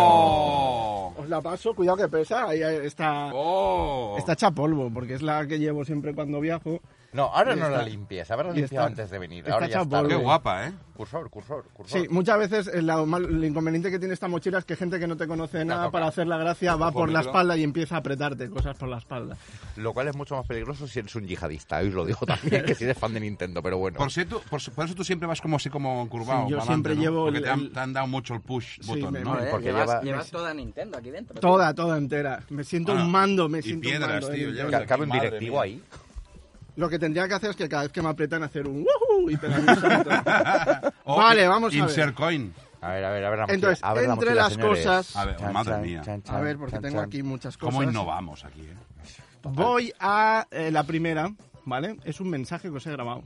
¡Oh!
Os la paso, cuidado que pesa. Ahí está...
¡Oh!
Está hecha polvo, porque es la que llevo siempre cuando viajo.
No, ahora
Y
no
está.
la limpies, habrás
Y
limpiado
está.
antes de venir.
Está
Ahora ya
hecha
está.
polvo.
Qué guapa, ¿eh?
Cursor, cursor, cursor.
Sí, muchas veces eh, la- mal- el inconveniente que tiene esta mochila es que gente que no te conoce nada
toca.
para hacer la gracia va por la espalda y empieza a apretarte cosas por la espalda.
Lo cual es mucho más peligroso si eres un yihadista. Y os lo digo también, que si eres fan de Nintendo, pero bueno.
Por, cierto, por, su- por eso tú siempre vas como así como curvado.
Sí, yo
pa'lante,
siempre
¿no?
llevo
Porque
el-
te, han,
el-
te han dado mucho el push
Sí,
button,
me-
¿no? eh,
Joder,
Joder, porque
llevas,
lleva-
llevas toda Nintendo aquí dentro. tío.
Toda, toda entera. Me siento
Ah,
un mando, me
y
siento
piedras,
un mando. de
tío,
Nintendo.
llevas
Ca- ¿Cabe un
Madre
directivo
mía.
ahí?
Lo que tendría que hacer es que cada vez que me apretan hacer un woohoo y pegar un salto.
O
vale, vamos a ver.
Insert coin.
A ver, a ver, a ver. la
Entonces,
mochila. A ver la
entre
mochila,
las
señores.
cosas-
A ver, madre mía.
A ver, porque
chan,
tengo
chan.
aquí muchas cosas.
¿Cómo innovamos aquí? eh?
Voy a eh, la primera, ¿vale? Es un mensaje que os he grabado.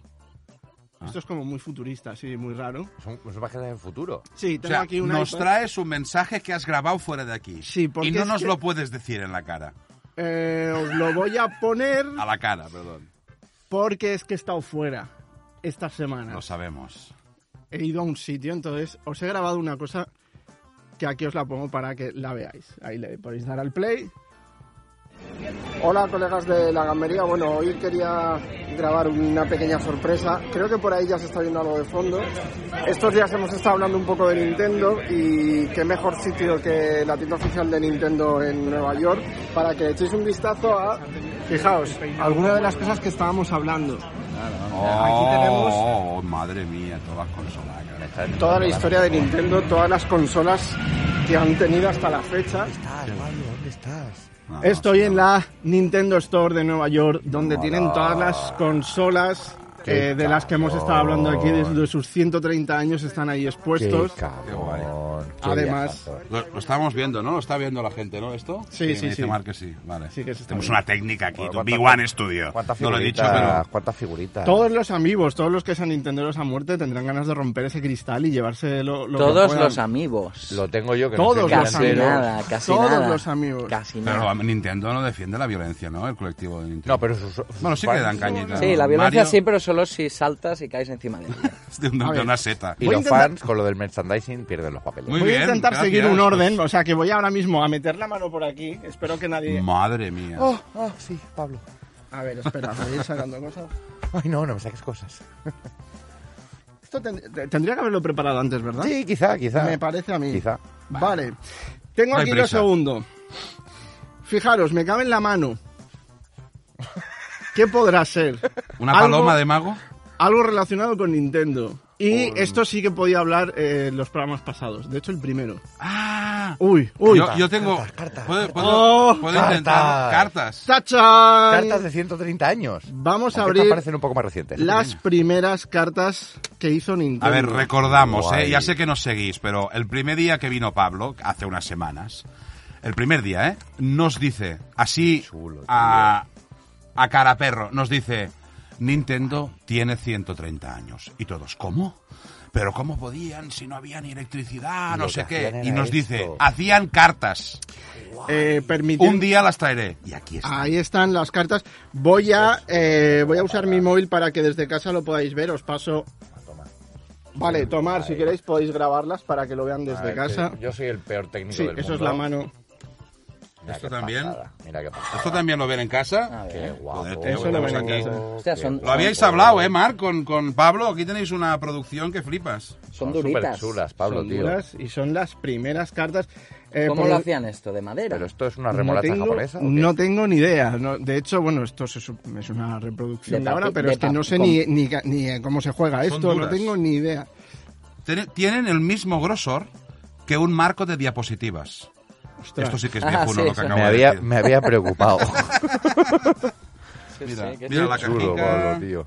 Ah.
Esto es como muy futurista, así, muy raro.
Es un, es un viaje del futuro.
Sí,
O
tengo
sea,
aquí una.
nos traes un mensaje que has grabado fuera de aquí.
Sí, porque
Y no
es
nos
que-
lo puedes decir en la cara.
Eh, os lo voy a poner
A la cara, perdón.
porque es que he estado fuera esta semana.
Lo sabemos.
He ido a un sitio, entonces os he grabado una cosa que aquí os la pongo para que la veáis. Ahí le podéis dar al play. Hola colegas de la gambería, bueno, hoy quería grabar una pequeña sorpresa, creo que por ahí ya se está viendo algo de fondo. Estos días hemos estado hablando un poco de Nintendo y qué mejor sitio que la tienda oficial de Nintendo en Nueva York para que echéis un vistazo a, fijaos, algunas de las cosas que estábamos hablando. tenemos-
Oh, madre mía, todas consoladas.
toda la historia de Nintendo, todas las consolas que han tenido hasta la fecha.
No, no,
Estoy
sí,
en
no.
la Nintendo Store de Nueva York, donde
Hola.
tienen todas las consolas
Qué
eh, de las que hemos estado hablando aquí desde sus 130 años, están ahí expuestos.
Qué cabrón. Qué
Además-
viajazo.
Lo, lo estamos viendo, ¿no? Lo está viendo la gente, ¿no? ¿Esto?
Sí, sí,
me dice
sí.
Mar que sí. Vale.
Sí que se está
Tenemos
viendo.
una técnica aquí.
Bueno,
b
¿cuántas-
1 Studio.
¿Cuántas
No lo
figuritas?
he dicho, pero...
¿Cuántas figuritas?
Todos los amigos, todos los que sean nintenderos a muerte tendrán ganas de romper ese cristal y llevarse lo, lo que
Todos
puedan.
los amigos.
Lo tengo yo que no
Todos
soy
los
casi
delantero.
amigos.
nada, casi
Todos
nada.
los amigos.
Casi
Pero
nada.
a Nintendo no defiende la violencia, ¿no? El colectivo de Nintendo.
No, pero sus, sus
Bueno, sí que
fans-
le dan cañita.
Sí, la violencia
Mario-
sí, pero solo si saltas y caes encima de ella.
de, un-
A
de
ver.
una seta.
Y
Voy a
los
intentar-
fans con lo del merchandising pierden los papeles.
Muy
Voy
bien,
a intentar
gracias.
seguir un orden, o sea que voy ahora mismo a meter la mano por aquí, espero que nadie...
Madre mía.
Oh, oh, sí, Pablo.
A ver, espera, voy a ir sacando cosas.
Ay, no, no me saques cosas.
Esto ten- te- tendría que haberlo preparado antes, ¿verdad?
Sí, quizá, quizá.
Me parece a mí.
Quizá.
Vale. Tengo
No hay
aquí lo
prisa.
segundo. Fijaros, me cabe en la mano. ¿Qué podrá ser?
¿Una
Algo-
paloma de mago?
Algo relacionado con Nintendo. Y esto sí que podía hablar eh, en los programas pasados. De hecho, el primero.
¡Ah!
Uy, uy.
yo, yo tengo... ¿Puedo, puedo-
Oh,
puedo intentar cartas?
¡Tachán!
Cartas de 130 años.
Vamos a
Aunque
abrir
Estas parecen un poco más recientes.
Las primeras cartas que hizo Nintendo.
A ver, recordamos,
Guay.
eh, ya sé que nos seguís, pero el primer día que vino Pablo, hace unas semanas, el primer día, ¿eh? Nos dice, así
Chulo,
a, a cara perro, nos dice, Nintendo tiene 130 años. Y todos, ¿cómo? Pero ¿cómo podían si no había ni electricidad,
Lo
no
que
sé
hacían
qué?
era
Y nos dice,
esto.
hacían cartas.
Eh, permitid-
Un día las traeré. Ah, Y aquí está.
Ahí están las cartas. Voy a, eh, voy a usar mi móvil para que desde casa lo podáis ver. Os paso.
Ah,
Vale, tomar, si queréis podéis grabarlas para que lo vean
A
desde
ver,
casa.
Ah, que Yo soy el peor técnico
Sí,
del
eso es
mundo.
la mano.
Mira
Esto
qué
también.
pasada, Mira qué pasada.
¿Esto también lo ven en casa?
Qué guapo.
Joder, tío,
Eso lo
tenemos
ven en
aquí.
casa.
Hostia, son-
Lo habíais hablado, ¿eh, Mar? Con, con Pablo, aquí tenéis una producción que flipas.
Son duritas.
chulas, Pablo,
Son
tío.
duras y son las primeras cartas. Eh,
¿Cómo
por
lo
lo-
hacían esto? ¿De madera?
Pero esto es una
No
remolacha
tengo,
japonesa. ¿o qué?
no tengo ni idea. No, de hecho, bueno, esto se sup- es una reproducción
De
de, ahora,
papi-
pero
de
es que no
papi-
sé ni, ni, ca- ni, eh, cómo se juega
Son
esto, no
duras.
tengo ni idea.
Tiene- tienen el mismo grosor que un marco de diapositivas.
Ostras.
Esto sí que es
Ah,
viejuno
sí,
lo que
sí.
acabo
me,
de
había,
decir.
me había preocupado.
Sí,
Mira,
sí, que
mira
sí.
la
Chulo,
cajica.
Pablo, tío.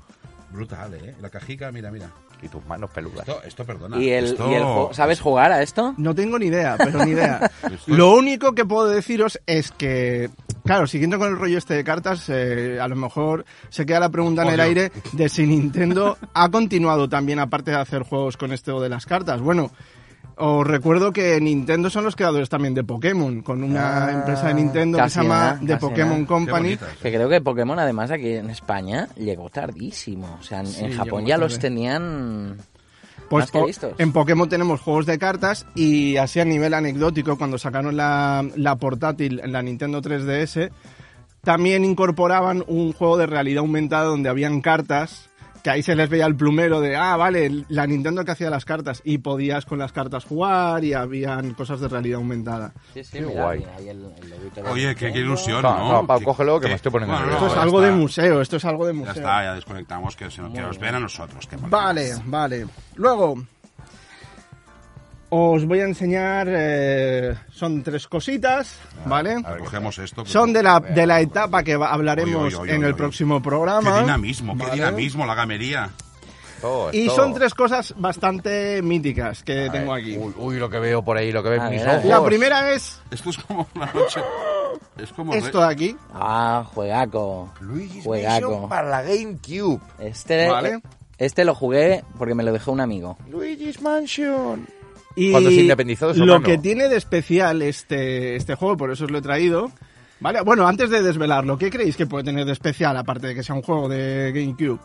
Brutal, ¿eh? La cajica, mira, mira.
Y tus manos peludas.
Esto, esto perdona.
¿Y el,
esto-
y el juego- ¿Sabes jugar a esto?
No tengo ni idea, pero ni idea.
Esto es-
Lo único que puedo deciros es que, claro, siguiendo con el rollo este de cartas, eh, a lo mejor se queda la pregunta en el
Odio.
aire de si Nintendo ha continuado también, aparte de hacer juegos con esto de las cartas. Bueno, os recuerdo que Nintendo son los creadores también de Pokémon, con una
Ah,
empresa de Nintendo que se
casi
llama
nada,
The
casi
Pokémon
nada.
qué
Company.
bonita.
Que creo que Pokémon, además, aquí en España llegó tardísimo. O sea, en,
Sí,
en
llegó
Japón
muy
ya los
tarde.
tenían.
Pues
Más que
po-
listos.
en Pokémon tenemos juegos de cartas y así a nivel anecdótico, cuando sacaron la, la portátil, la Nintendo 3DS, también incorporaban un juego de realidad aumentada donde habían cartas, que ahí se les veía el plumero de, ah, vale, la Nintendo que hacía las cartas y podías con las cartas jugar y habían cosas de realidad aumentada.
Sí, sí,
Qué
mira,
guay.
mira, ahí el- el lobito de
Oye, qué, qué
Nintendo.
ilusión,
No,
¿no?
no, Pau,
Qué-
cógelo, que
qué-
me estoy poniendo
Bueno, no,
Esto es
ya
algo de
está.
museo, esto es algo de
Ya
museo.
está, ya desconectamos, que, se- que os ven a nosotros. que
Vale, vale. Luego, os voy a enseñar, eh, son tres cositas, ¿vale?
Recogemos esto. pero-
Son de la, de la etapa que va- hablaremos
Oy, oy, oy, oy,
en el
oy.
próximo
Qué
programa.
dinamismo, qué
Vale.
dinamismo, la gamería.
esto,
Y
esto.
son tres cosas bastante míticas que tengo aquí.
Uy, uy, lo que veo por ahí, lo que
A
ven mis
ver, a
ojos.
ver.
La primera es
Esto es como una noche. Es como. re-
esto de aquí.
Ah, juegaco.
Luigi's
Juegaco.
Mansion para la GameCube.
Este,
Vale.
este lo jugué porque me lo dejó un amigo.
Luigi's Mansion.
Y
Cuando se independizó de su
Lo
hermano.
que tiene de especial este, este juego, por eso os lo he traído. Vale, bueno, antes de desvelarlo, ¿qué creéis que puede tener de especial, aparte de que sea un juego de GameCube?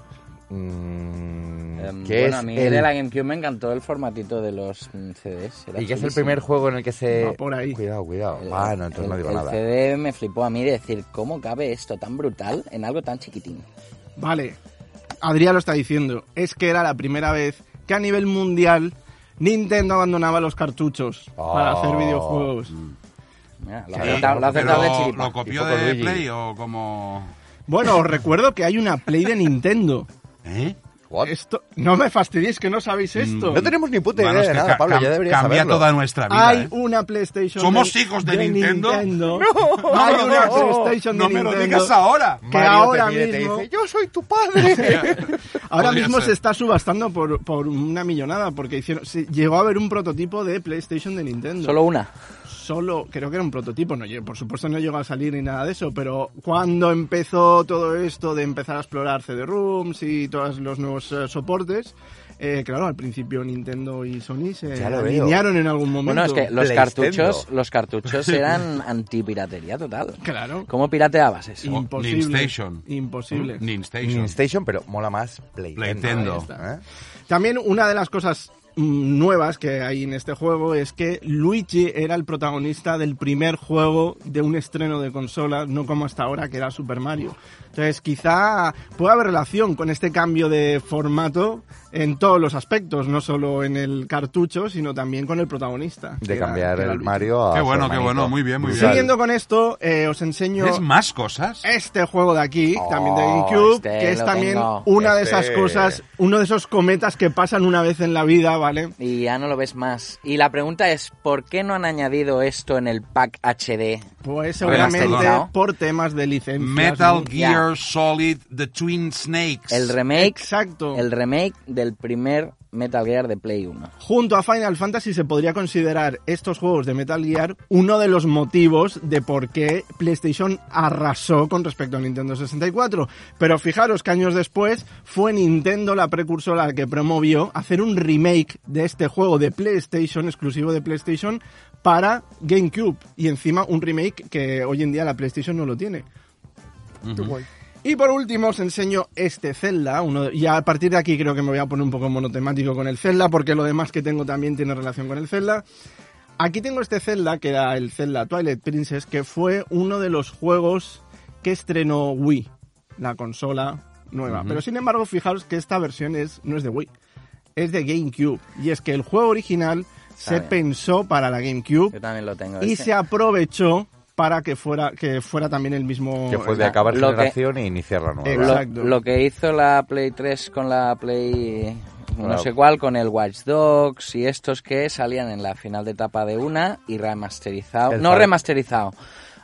Mm,
Em,
¿qué
bueno,
es
a mí
el-
de la GameCube me encantó el formatito de los mm, CDs. era
¿Y qué es el
chulísimo.
primer juego en el que se...?
Va por ahí.
Cuidado, cuidado.
El-
Ah, no, entonces
el-
no digo
el
nada.
CD me flipó a mí de decir, ¿cómo cabe esto tan brutal en algo tan chiquitín?
Vale, Adrián lo está diciendo. Es que era la primera vez que a nivel mundial Nintendo abandonaba los cartuchos para
Oh.
hacer videojuegos.
Mira, lo
Sí,
ha
Pero-
aceptado- lo ha aceptado de
pero
chiripa.
¿Lo copió
Y fue con
de
Luigi.
Play o como.?
Bueno, os recuerdo que hay una Play de Nintendo.
¿Eh?
What? Mm.
Esto, no me fastidiéis que no sabéis esto.
No tenemos ni puta idea
Manos
de
que
nada,
ca-
Pablo,
cam-
ya deberías
Cambia
saberlo.
toda nuestra vida.
Hay
¿eh?
una PlayStation.
¿Somos hijos de Nintendo?
No, hay
no,
una
no.
PlayStation
No
de
me
Nintendo.
lo digas ahora.
que
Mario te
ahora
mira y te
mismo-
dice, yo soy tu padre.
Ahora
Podría
mismo
ser.
se está subastando por, por una millonada porque hicieron, se- llegó a haber un prototipo de PlayStation de Nintendo.
Solo una.
Solo- creo que era un prototipo, no, lle- por supuesto no llegó a salir ni nada de eso, pero cuando empezó todo esto de empezar a explorar CD-ROOMs y todos los nuevos eh, soportes, eh, claro, al principio Nintendo y Sony se
Ya lo veo.
alinearon en algún momento.
Bueno, es que los
Playstendo.
cartuchos, los cartuchos eran antipiratería total.
Claro,
¿Cómo pirateabas eso?
Oh,
imposible.
Nin-Station.
Imposible.
Ninstation.
Station, pero mola más Playtendo.
Playtendo.
¿eh?
También una de las cosas mm, nuevas que hay en este juego es que Luigi era el protagonista del primer juego de un estreno de consola, no como hasta ahora que era Super Mario. Entonces quizá pueda haber relación con este cambio de formato en todos los aspectos, no solo en el cartucho, sino también con el protagonista. que
De
era-
cambiar
que era
el
Luigi.
Mario a
Qué
su
bueno, qué
hermanito.
bueno, muy bien, muy bien.
Brutal.
Siguiendo con esto, eh, os enseño
¿Es más cosas?
este juego de aquí,
Oh,
también de GameCube,
este
que es
lo
también
tengo.
una de
Este.
esas cosas, uno de esos cometas que pasan una vez en la vida, ¿vale?
Y ya no lo ves más. Y la pregunta es, ¿por qué no han añadido esto en el pack HD?
Pues seguramente
Remasterizado.
por temas de licencia.
Metal
Ya.
Gear Solid The Twin Snakes.
El remake,
Exacto.
el remake del primer Metal Gear de Play 1.
Junto a Final Fantasy se podría considerar estos juegos de Metal Gear uno de los motivos de por qué PlayStation arrasó con respecto a Nintendo 64. Pero fijaros que años después fue Nintendo la precursora que promovió hacer un remake de este juego de PlayStation, exclusivo de PlayStation, para GameCube. Y encima un remake que hoy en día la PlayStation no lo tiene. Y por último os enseño este Zelda, uno de- y a partir de aquí creo que me voy a poner un poco monotemático con el Zelda, porque lo demás que tengo también tiene relación con el Zelda. Aquí tengo este Zelda, que era el Zelda Twilight Princess, que fue uno de los juegos que estrenó Wii, la consola nueva. Pero sin embargo, fijaros que esta versión es, no es de Wii, es de GameCube. Y es que el juego original se
bien.
pensó para la
Yo
GameCube
también lo tengo.
y
este.
se aprovechó para que fuera, que fuera también el mismo...
Que fue de acabar
Lo que-
generación e iniciar la nueva.
Eh,
lo,
Exacto.
lo que hizo la Play 3 con la Play no
Claro.
sé cuál, con el Watch Dogs y estos que salían en la final de etapa de una y remasterizado.
El
no
fa-
remasterizado.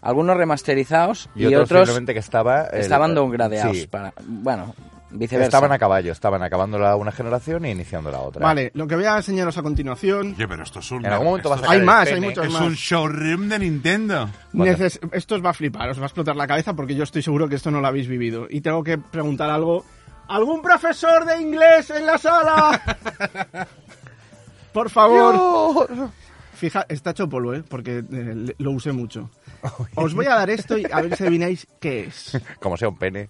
Algunos remasterizados y, otros,
simplemente que estaba... el-
estaban downgradeados.
Sí,
Para, bueno, viceversa.
estaban a caballo, estaban acabando la una generación e iniciando la otra.
Vale, lo que voy a enseñaros a continuación.
Oye, pero esto es un.
En algún momento vas
esto
a sacar
Hay
el
más, hay
pene.
muchos.
es un showroom de Nintendo.
Vale.
Neces- esto os va a flipar, os va a explotar la cabeza porque yo estoy seguro que esto no lo habéis vivido. Y tengo que preguntar algo. ¿Algún profesor de inglés en la sala? Por favor. Fija, está hecho polvo, ¿eh? porque eh, le- lo usé mucho. Os voy a dar esto y a ver si adivináis qué es.
Como sea un pene.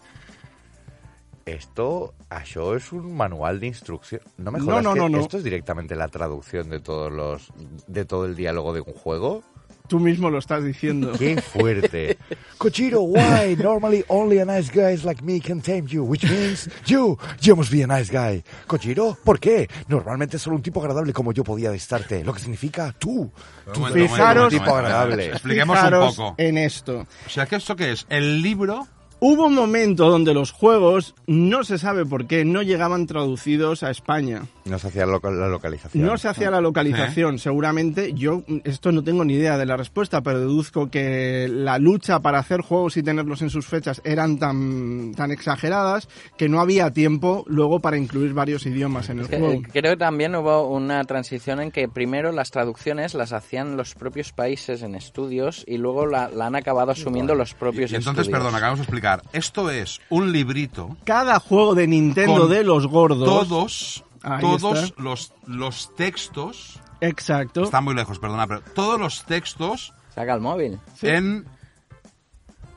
Esto, això es un manual de instrucción. No me
No,
jodas,
no,
que
no, no.
esto es directamente la traducción de todos los, de todo el diálogo de un juego.
Tú mismo lo estás diciendo.
¡Qué fuerte!
Kojiro, why? Normally only a nice guys like me can tame you, which means you, you must be a nice guy. Kojiro, ¿por qué? Normalmente solo un tipo agradable como yo podía destarte, lo que significa tú.
Un momento, un momento, un
Fijaros-
momento, un momento.
Tipo agradable.
Expliquemos un
Fijaros
poco.
en esto.
O sea, ¿qué esto qué es? El libro
Hubo un momento donde los juegos, no se sabe por qué, no llegaban traducidos a España.
No se hacía loca- la localización.
No se hacía la localización,
¿Eh?
seguramente. Yo mm, esto no tengo ni idea de la respuesta, pero deduzco que la lucha para hacer juegos y tenerlos en sus fechas eran tan, tan exageradas que no había tiempo luego para incluir varios idiomas en el
Mm.
Que- eh,
juego.
Creo que también hubo una transición en que primero las traducciones las hacían los propios países en estudios y luego la, la han acabado asumiendo los
Y,
propios
y entonces,
estudios.
perdón, acabamos de explicar. Esto es un librito.
Cada juego de Nintendo
Con
de los gordos.
Todos,
Ahí
todos
está.
los, los textos.
Exacto.
Está muy lejos, perdona, pero todos los textos
Saca el móvil.
en,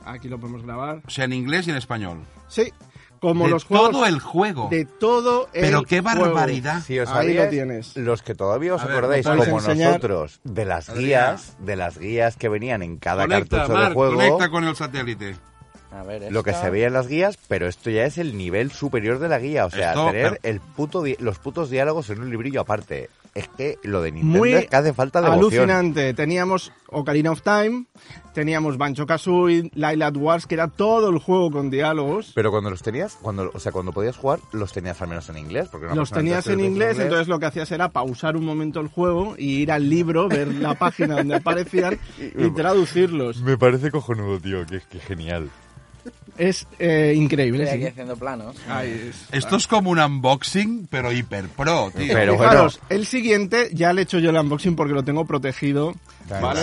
Aquí lo podemos grabar.
o sea, en inglés y en español.
Sí, como
de
los juegos
todo el juego.
de todo el
pero qué
juego.
barbaridad.
Si os
Ahí lo
sabíais,
tienes.
Los que todavía os
A ver,
acordáis,
¿me puedes
como
enseñar?
nosotros, de las guías, de las guías que venían en cada
Conecta,
cartucho de
Marc,
juego,
conecta con el satélite.
A ver,
lo que
esta-
se veía en las guías, pero esto ya es el nivel superior de la guía, o sea,
Esto,
tener
pero-
el puto di- los putos diálogos en un librillo aparte. Es que lo de Nintendo
Muy
es que hace falta devoción.
Alucinante. Teníamos Ocarina of Time, teníamos Banjo Kazooie, Light at Wars, que era todo el juego con diálogos.
Pero cuando los tenías, cuando, o sea, cuando podías jugar, los tenías al menos en inglés, porque una
Los
persona
tenías en
entonces de
inglés, entonces lo que hacías era pausar un momento el juego y ir al libro, ver la página donde aparecían y traducirlos.
Me parece cojonudo, tío, que, que genial.
Es eh, increíble.
Estoy aquí
sí.
haciendo planos.
Ahí es.
Esto es como un unboxing, pero hiper pro, tío.
Pero bueno,
Fijaros, el siguiente ya le he hecho yo el unboxing porque lo tengo protegido.
Vale.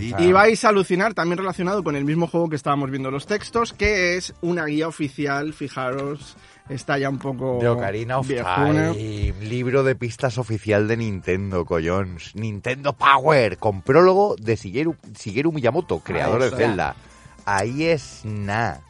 Y vais a alucinar también relacionado con el mismo juego que estábamos viendo los textos, que es una guía oficial, fijaros, está ya un poco
de Ocarina of
viejuna.
Time, libro de pistas oficial de Nintendo, collons. Nintendo Power, con prólogo de Shigeru, Shigeru Miyamoto, creador de
está.
Zelda. Ahí es na.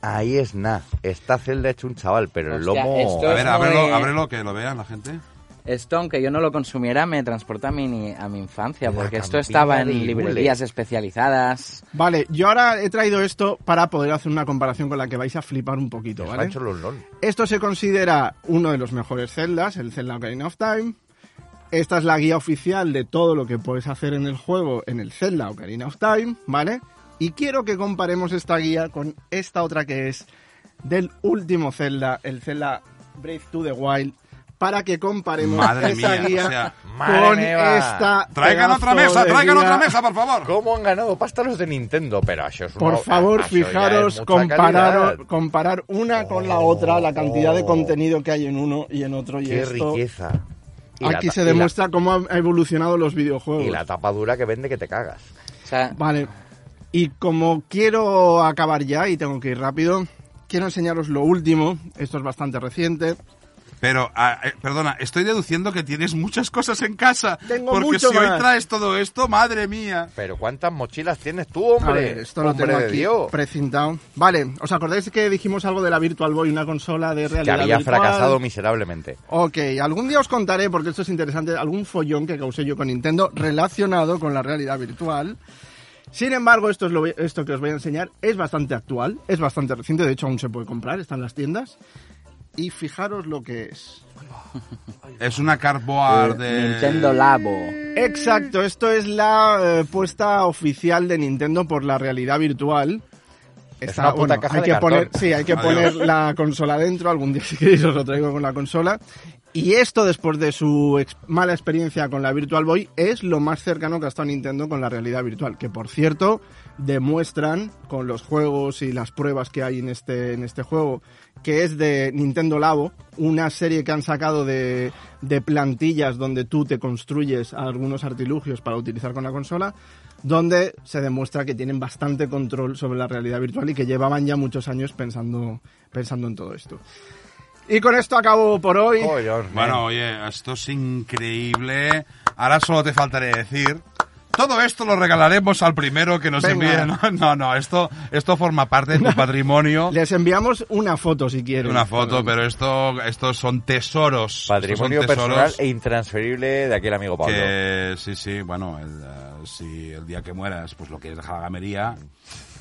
Ahí es na. Esta Zelda hecho un chaval, pero el
Hostia,
lomo...
esto
A
Es
ver,
muy-
ábrelo, ábrelo, que lo vean la gente.
Esto, aunque yo no lo consumiera, me transporta a mi, ni- a mi infancia,
La
porque esto
campiña
estaba en
de
librerías
Ibules.
especializadas.
Vale, yo ahora he traído esto para poder hacer una comparación con la que vais a flipar un poquito,
Nos
¿vale?
ha hecho los lol.
Esto se considera uno de los mejores celdas, el Zelda Ocarina of Time. Esta es la guía oficial de todo lo que puedes hacer en el juego en el Zelda Ocarina of Time, ¿vale? Y quiero que comparemos esta guía con esta otra que es del último Zelda, el Zelda Breath to the Wild, para que comparemos
Madre
esa
mía,
guía
o sea,
madre
con
mía.
esta.
Traigan otra
pedazo
mesa,
de
traigan
guía.
otra mesa, por favor.
¿Cómo han ganado pasta los de Nintendo? Pero eso es una-
Por favor,
eso ya es
fijaros,
mucha
comparar,
calidad.
comparar una con la otra, la cantidad de
Oh.
contenido que hay en uno y en otro. Y
¡Qué
esto,
riqueza! Y la
Aquí
ta-
se
y la-
demuestra cómo han evolucionado los videojuegos.
Y la tapa dura que vende que te cagas.
O sea,
Vale. Y como quiero acabar ya y tengo que ir rápido, quiero enseñaros lo último. Esto es bastante reciente.
Pero, ah, eh, perdona, estoy deduciendo que tienes muchas cosas en casa.
Tengo
porque
mucho
si
más.
hoy traes todo esto, madre mía.
Pero ¿cuántas mochilas tienes tú, hombre?
A ver, esto lo
hombre
tengo
de
aquí
Dios.
precintado. Vale, ¿os acordáis que dijimos algo de la Virtual Boy, una consola de
Que
realidad
había
virtual?
fracasado miserablemente.
Ok, algún día os contaré, porque esto es interesante, algún follón que causé yo con Nintendo relacionado con la realidad virtual. Sin embargo, esto, es lo, esto que os voy a enseñar es bastante actual, es bastante reciente, de hecho aún se puede comprar, están las tiendas. Y fijaros lo que es.
Es una cardboard
Eh,
de...
Nintendo Labo.
Exacto, esto es la eh, puesta oficial de Nintendo por la realidad virtual.
Es una puta caja
hay
de
que
cartón.
poner, sí, hay que
Adiós.
poner la consola dentro, algún día si queréis os lo traigo con la consola. Y esto después de su ex- mala experiencia con la Virtual Boy es lo más cercano que ha estado Nintendo con la realidad virtual, que por cierto demuestran con los juegos y las pruebas que hay en este en este juego que es de Nintendo Labo, una serie que han sacado de, de plantillas donde tú te construyes algunos artilugios para utilizar con la consola, donde se demuestra que tienen bastante control sobre la realidad virtual y que llevaban ya muchos años pensando, pensando en todo esto. Y con esto acabo por hoy.
Collons,
Bueno,
man.
oye, esto es increíble. Ahora solo te faltaré decir. Todo esto lo regalaremos al primero que nos
Venga.
envíe. No, no, no, esto, esto forma parte de tu patrimonio.
Les enviamos una foto si quieren.
Una foto, pero esto, estos son tesoros.
Patrimonio
Estos son tesoros
personal e intransferible de aquel amigo Pablo.
que sí, sí, bueno, el, eh, si el día que mueras, pues lo quieres dejar a la gamería.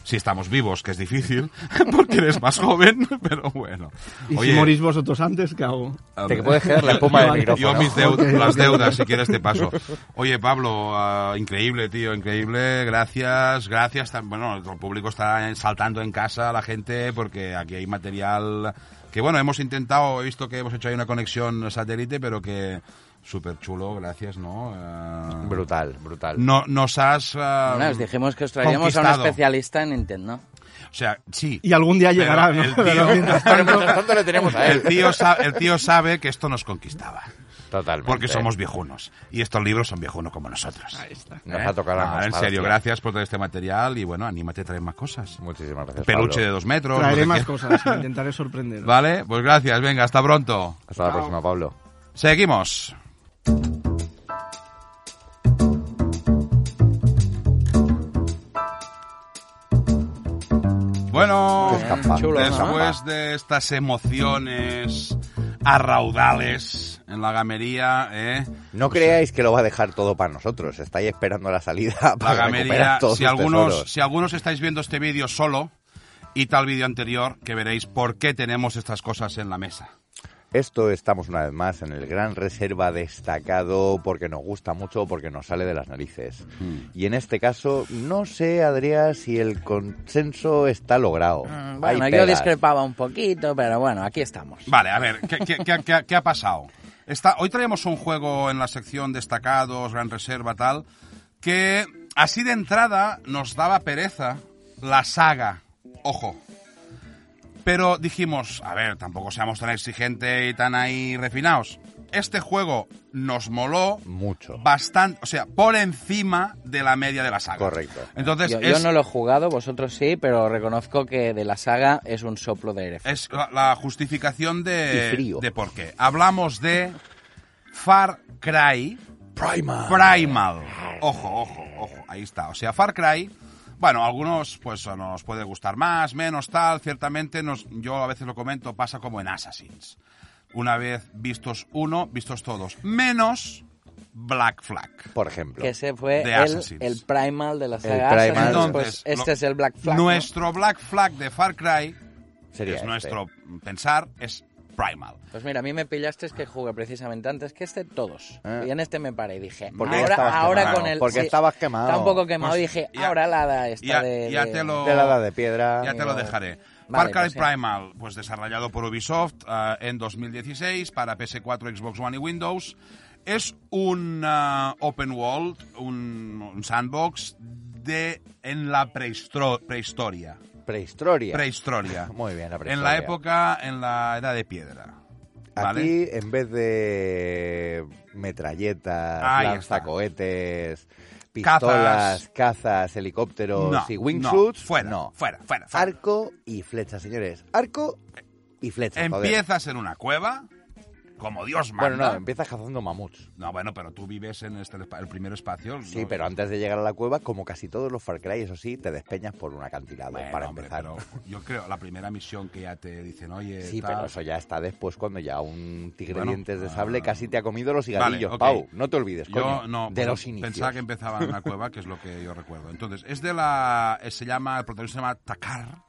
si estamos vivos, que es difícil, porque eres más joven, pero bueno.
Y
Oye,
si morís vosotros antes, ¿qué hago?
a
Te
ver.
puedes quedar la espuma del
Vale.
micrófono.
Yo mis deudas,
Ok,
las
ok.
deudas, si quieres te paso. Oye, Pablo, ah, increíble, tío, increíble. Gracias, gracias. Tan- Bueno, el público está saltando en casa, la gente, porque aquí hay material que, bueno, hemos intentado, he visto que hemos hecho ahí una conexión satélite, pero que súper chulo, gracias, ¿no? Ah,
Brutal, brutal.
No, nos has... ah,
Bueno, os dijimos que os traíamos a
conquistado.
un especialista en Nintendo.
O sea, sí.
Y algún día
Pero
llegará, ¿no?
el
Pero
tío-
mientras
Pero mientras tanto le tenemos a
El
él.
tío, sa- el tío sabe que esto nos conquistaba.
Totalmente.
Porque somos viejunos. Y estos libros son viejunos como nosotros.
Nos ha tocado la
No, Ah, en
raspada,
serio,
tío.
gracias por todo este material y bueno, anímate a traer más cosas.
Muchísimas gracias.
Peluche
Pues Pablo.
de dos metros. no
Traeré
sé
más
qué.
cosas, intentaré sorprender.
Vale, pues gracias, venga, hasta pronto.
Hasta la próxima, Pablo.
Seguimos. Bueno,
Chulo, ¿no?
después de estas emociones arraudales en la gamería, ¿eh?
No creáis que lo va a dejar todo para nosotros. Estáis esperando la salida
la
para
gamería.
recuperar todos
Si
sus
algunos,
tesoros.
si algunos estáis viendo este vídeo solo y tal vídeo anterior, que veréis por qué tenemos estas cosas en la mesa.
Esto estamos una vez más en el Gran Reserva destacado porque nos gusta mucho, porque nos sale de las narices. Y en este caso, no sé, Adrián, si el consenso está logrado.
Mm,
Hay
Bueno, yo
pegas.
discrepaba un poquito, pero bueno, aquí estamos.
Vale, a ver, ¿qué, qué- qué- qué- qué ha pasado? Está, hoy traemos un juego en la sección destacados, gran reserva, tal, que así de entrada nos daba pereza la saga. Ojo. Pero dijimos, a ver, tampoco seamos tan exigentes y tan ahí refinados. Este juego nos moló,
Mucho.
bastante, o sea, por encima de la media de la saga.
Correcto.
Entonces,
Yo, yo
es,
no lo he jugado, vosotros sí, pero reconozco que de la saga es un soplo de aire. fresco.
es la, la justificación
Y
de,
frío.
de por qué. Hablamos de Far Cry
Primal.
Primal. Ojo, ojo, ojo, ahí está. O sea, Far Cry, bueno, a algunos pues nos puede gustar más, menos, tal, ciertamente, nos, yo a veces lo comento, pasa como en Assassins. Una vez vistos uno, vistos todos, menos Black Flag.
Por ejemplo.
Que ese fue
De
el,
Assassins.
el primal de la saga.
primal.
Assassins,
Entonces,
pues
lo-
este es el Black Flag. ¿no?
Nuestro Black Flag de Far Cry, que
Sería
es
este.
nuestro pensar, es Primal.
Pues mira, a mí me pillaste que jugué precisamente antes que este todos.
Ah.
Y en este me paré y dije,
Porque
ahora,
estabas
ahora
quemado,
con el...
porque estabas quemado.
Está un poco quemado
Pues
y dije,
ya-
ahora la da esta
Ya,
de...
ya
de-
te lo,
De la edad de piedra.
ya te lo dejaré. Far
Vale, pues
Cry
sí.
Primal, pues desarrollado por Ubisoft ah, en 2016 para PS4, Xbox One y Windows, es un ah, open world, un, un sandbox de en la prehisto- prehistoria.
Prehistoria.
Prehistoria.
Muy bien, la
En la
prehistoria.
época, en la edad de piedra. ¿Vale?
Aquí, en vez de metralletas,
Ahí
lanzacohetes, pistolas, cazas, helicópteros
No,
y
no,
wingsuits,
fuera,
no.
fuera, fuera, fuera.
Arco y flecha, señores. Arco y flecha.
Empiezas en una cueva, como Dios manda.
Bueno, no, empiezas cazando mamuts.
No, bueno, pero tú vives en este, espa- el primer espacio.
Sí,
¿no?
pero antes de llegar a la cueva, como casi todos los Far Cry, eso sí, te despeñas por un acantilado
Bueno,
Pues para
hombre,
empezar.
pero yo creo la primera misión que ya te dicen, oye,
Sí,
tal-
pero eso ya está después cuando ya un tigre
Bueno,
dientes de
ah.
sable casi te ha comido los cigarrillos,
ok.
Pau. No te olvides, coño,
yo no
de
pero
los inicios.
pensaba que empezaba en una cueva, que es lo que yo recuerdo. Entonces, es de la eh, se llama el protagonista se llama Takar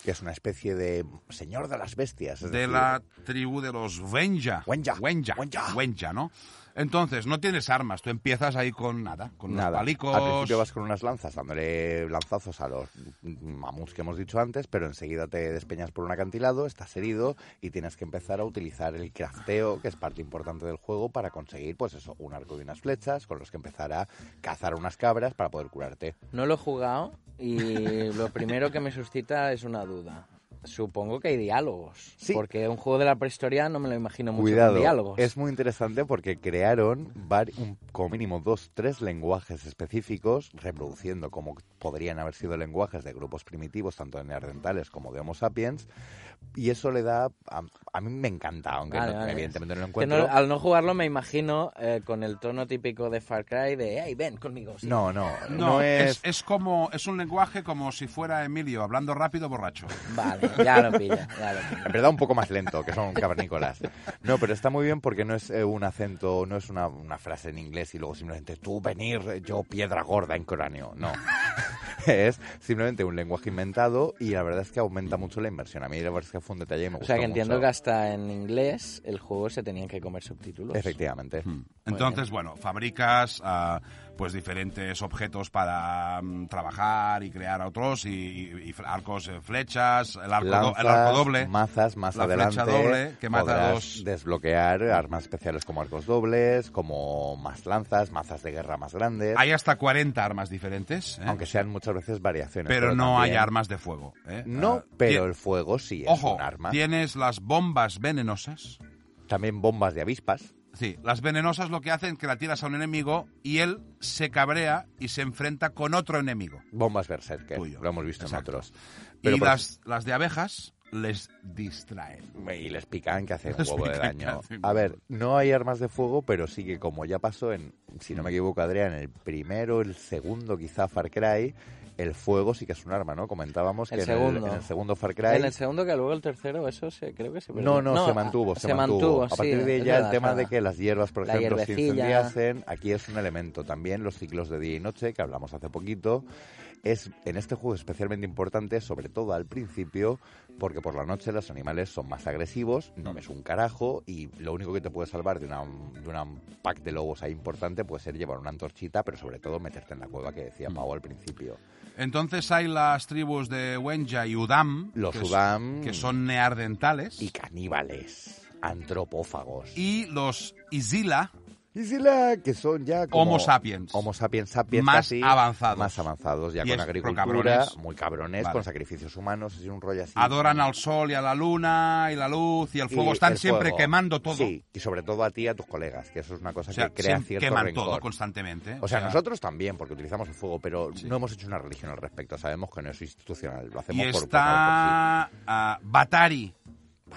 que es una especie de señor de las bestias. es
de
decir,
la tribu de los Wenja.
Wenja.
Wenja.
Wenja.
Wenja, ¿no? Entonces, no tienes armas, tú empiezas ahí con nada, con unos
Nada.
palicos.
Al principio vas con unas lanzas, dándole lanzazos a los mamuts que hemos dicho antes, pero enseguida te despeñas por un acantilado, estás herido y tienes que empezar a utilizar el crafteo, que es parte importante del juego, para conseguir, pues eso, un arco y unas flechas con los que empezar a cazar unas cabras para poder curarte.
No lo he jugado y lo primero que me suscita es una duda. Supongo que hay diálogos.
Sí.
Porque un juego de la prehistoria no me lo imagino mucho
Cuidado,
con diálogos.
es muy interesante porque crearon vari- un- como mínimo dos, tres lenguajes específicos, reproduciendo como podrían haber sido lenguajes de grupos primitivos, tanto de neandertales como de Homo sapiens, y eso le da, a, a mí me encanta, aunque
Vale,
no-
vale.
evidentemente no lo
Que no-
encuentro.
al no jugarlo me imagino eh, con el tono típico de Far Cry de ¡Ay, ven conmigo! sí".
No, no, no,
No,
es...
es... es como es un lenguaje como si fuera Emilio hablando rápido borracho.
Vale, ya lo pillo, ya lo pillo.
En verdad un poco más lento, que son cavernícolas. No, pero está muy bien porque no es eh, un acento, no es una, una frase en inglés y luego simplemente tú venir, yo piedra gorda en cráneo. No. es simplemente un lenguaje inventado y la verdad es que aumenta mucho la inversión. A mí la verdad es que fue un detalle que me
O
gustó
sea que entiendo
mucho.
que hasta en inglés el juego se tenían que comer subtítulos.
Efectivamente.
Hmm. Entonces, bueno, fabricas ah, pues diferentes objetos para mm, trabajar y crear otros y, y- y arcos, eh, flechas, el arco, do-
Lanzas,
el arco doble.
mazas, más
la
adelante
flecha doble que mata
podrás
dos.
desbloquear armas especiales como arcos dobles, como más lanzas, mazas de guerra más grandes,
Hay hasta 40 armas diferentes, ¿eh?
aunque sean muchas veces variaciones.
pero no hay
también-
armas de fuego. ¿eh?
No,
Ah,
pero
ti-
el fuego sí es
Ojo,
un arma.
tienes las bombas venenosas.
También bombas de avispas.
Sí, las venenosas lo que hacen es que la tiras a un enemigo y él se cabrea y se enfrenta con otro enemigo.
Bombas Berserker,
Tuyo.
lo hemos visto
Exacto.
en otros.
y
por-
las, las de abejas les distraen.
y les pican que hacen un
Les
huevo de
pican que
daño.
hacen-
A ver, no hay armas de fuego, pero sí que como ya pasó en, si no me equivoco, Adrián, el primero, el segundo quizá Far Cry, el fuego sí que es un arma, ¿no? Comentábamos
El
que en el-
segundo.
En, el segundo Far Cry...
En el segundo que luego el tercero, eso se, creo que se perdió.
No, no, se
ah,
mantuvo, se,
se mantuvo,
A
sí,
partir de
es
ya el
verdad,
tema
es
de
verdad.
que las hierbas, por
La
ejemplo, se
hierbecilla.
incendiasen, aquí es un elemento. También los ciclos de día y noche, que hablamos hace poquito, es en este juego especialmente importante, sobre todo al principio, porque por la noche los animales son más agresivos, no ves un carajo, y lo único que te puede salvar de una, de una pack de lobos ahí importante puede ser llevar una antorchita, pero sobre todo meterte en la cueva que
Mm.
decía Pau al principio.
Entonces hay las tribus de Wenja y Udam.
Los
que es-
Udam.
Que son neardentales.
Y caníbales, antropófagos.
Y los Izila,
Y si la que son ya como
Homo sapiens.
Homo sapiens sapiens
Más
casi,
avanzados.
Más avanzados, ya
Y
con
es- pero
agricultura,
cabrones.
muy cabrones,
Vale.
con sacrificios humanos, es un rollo así.
adoran al sol y a la luna y la luz y el
Y
fuego. Están
el
siempre
fuego.
quemando todo.
Sí, y sobre todo a ti y a tus colegas, que eso es una cosa
O sea,
que crea
siempre
cierto
queman
rencor.
todo constantemente. ¿eh?
O sea, nosotros también, porque utilizamos el fuego, pero no hemos hecho una religión al respecto. Sabemos que no es institucional, lo
Y
hacemos por por-
está ah, Batari,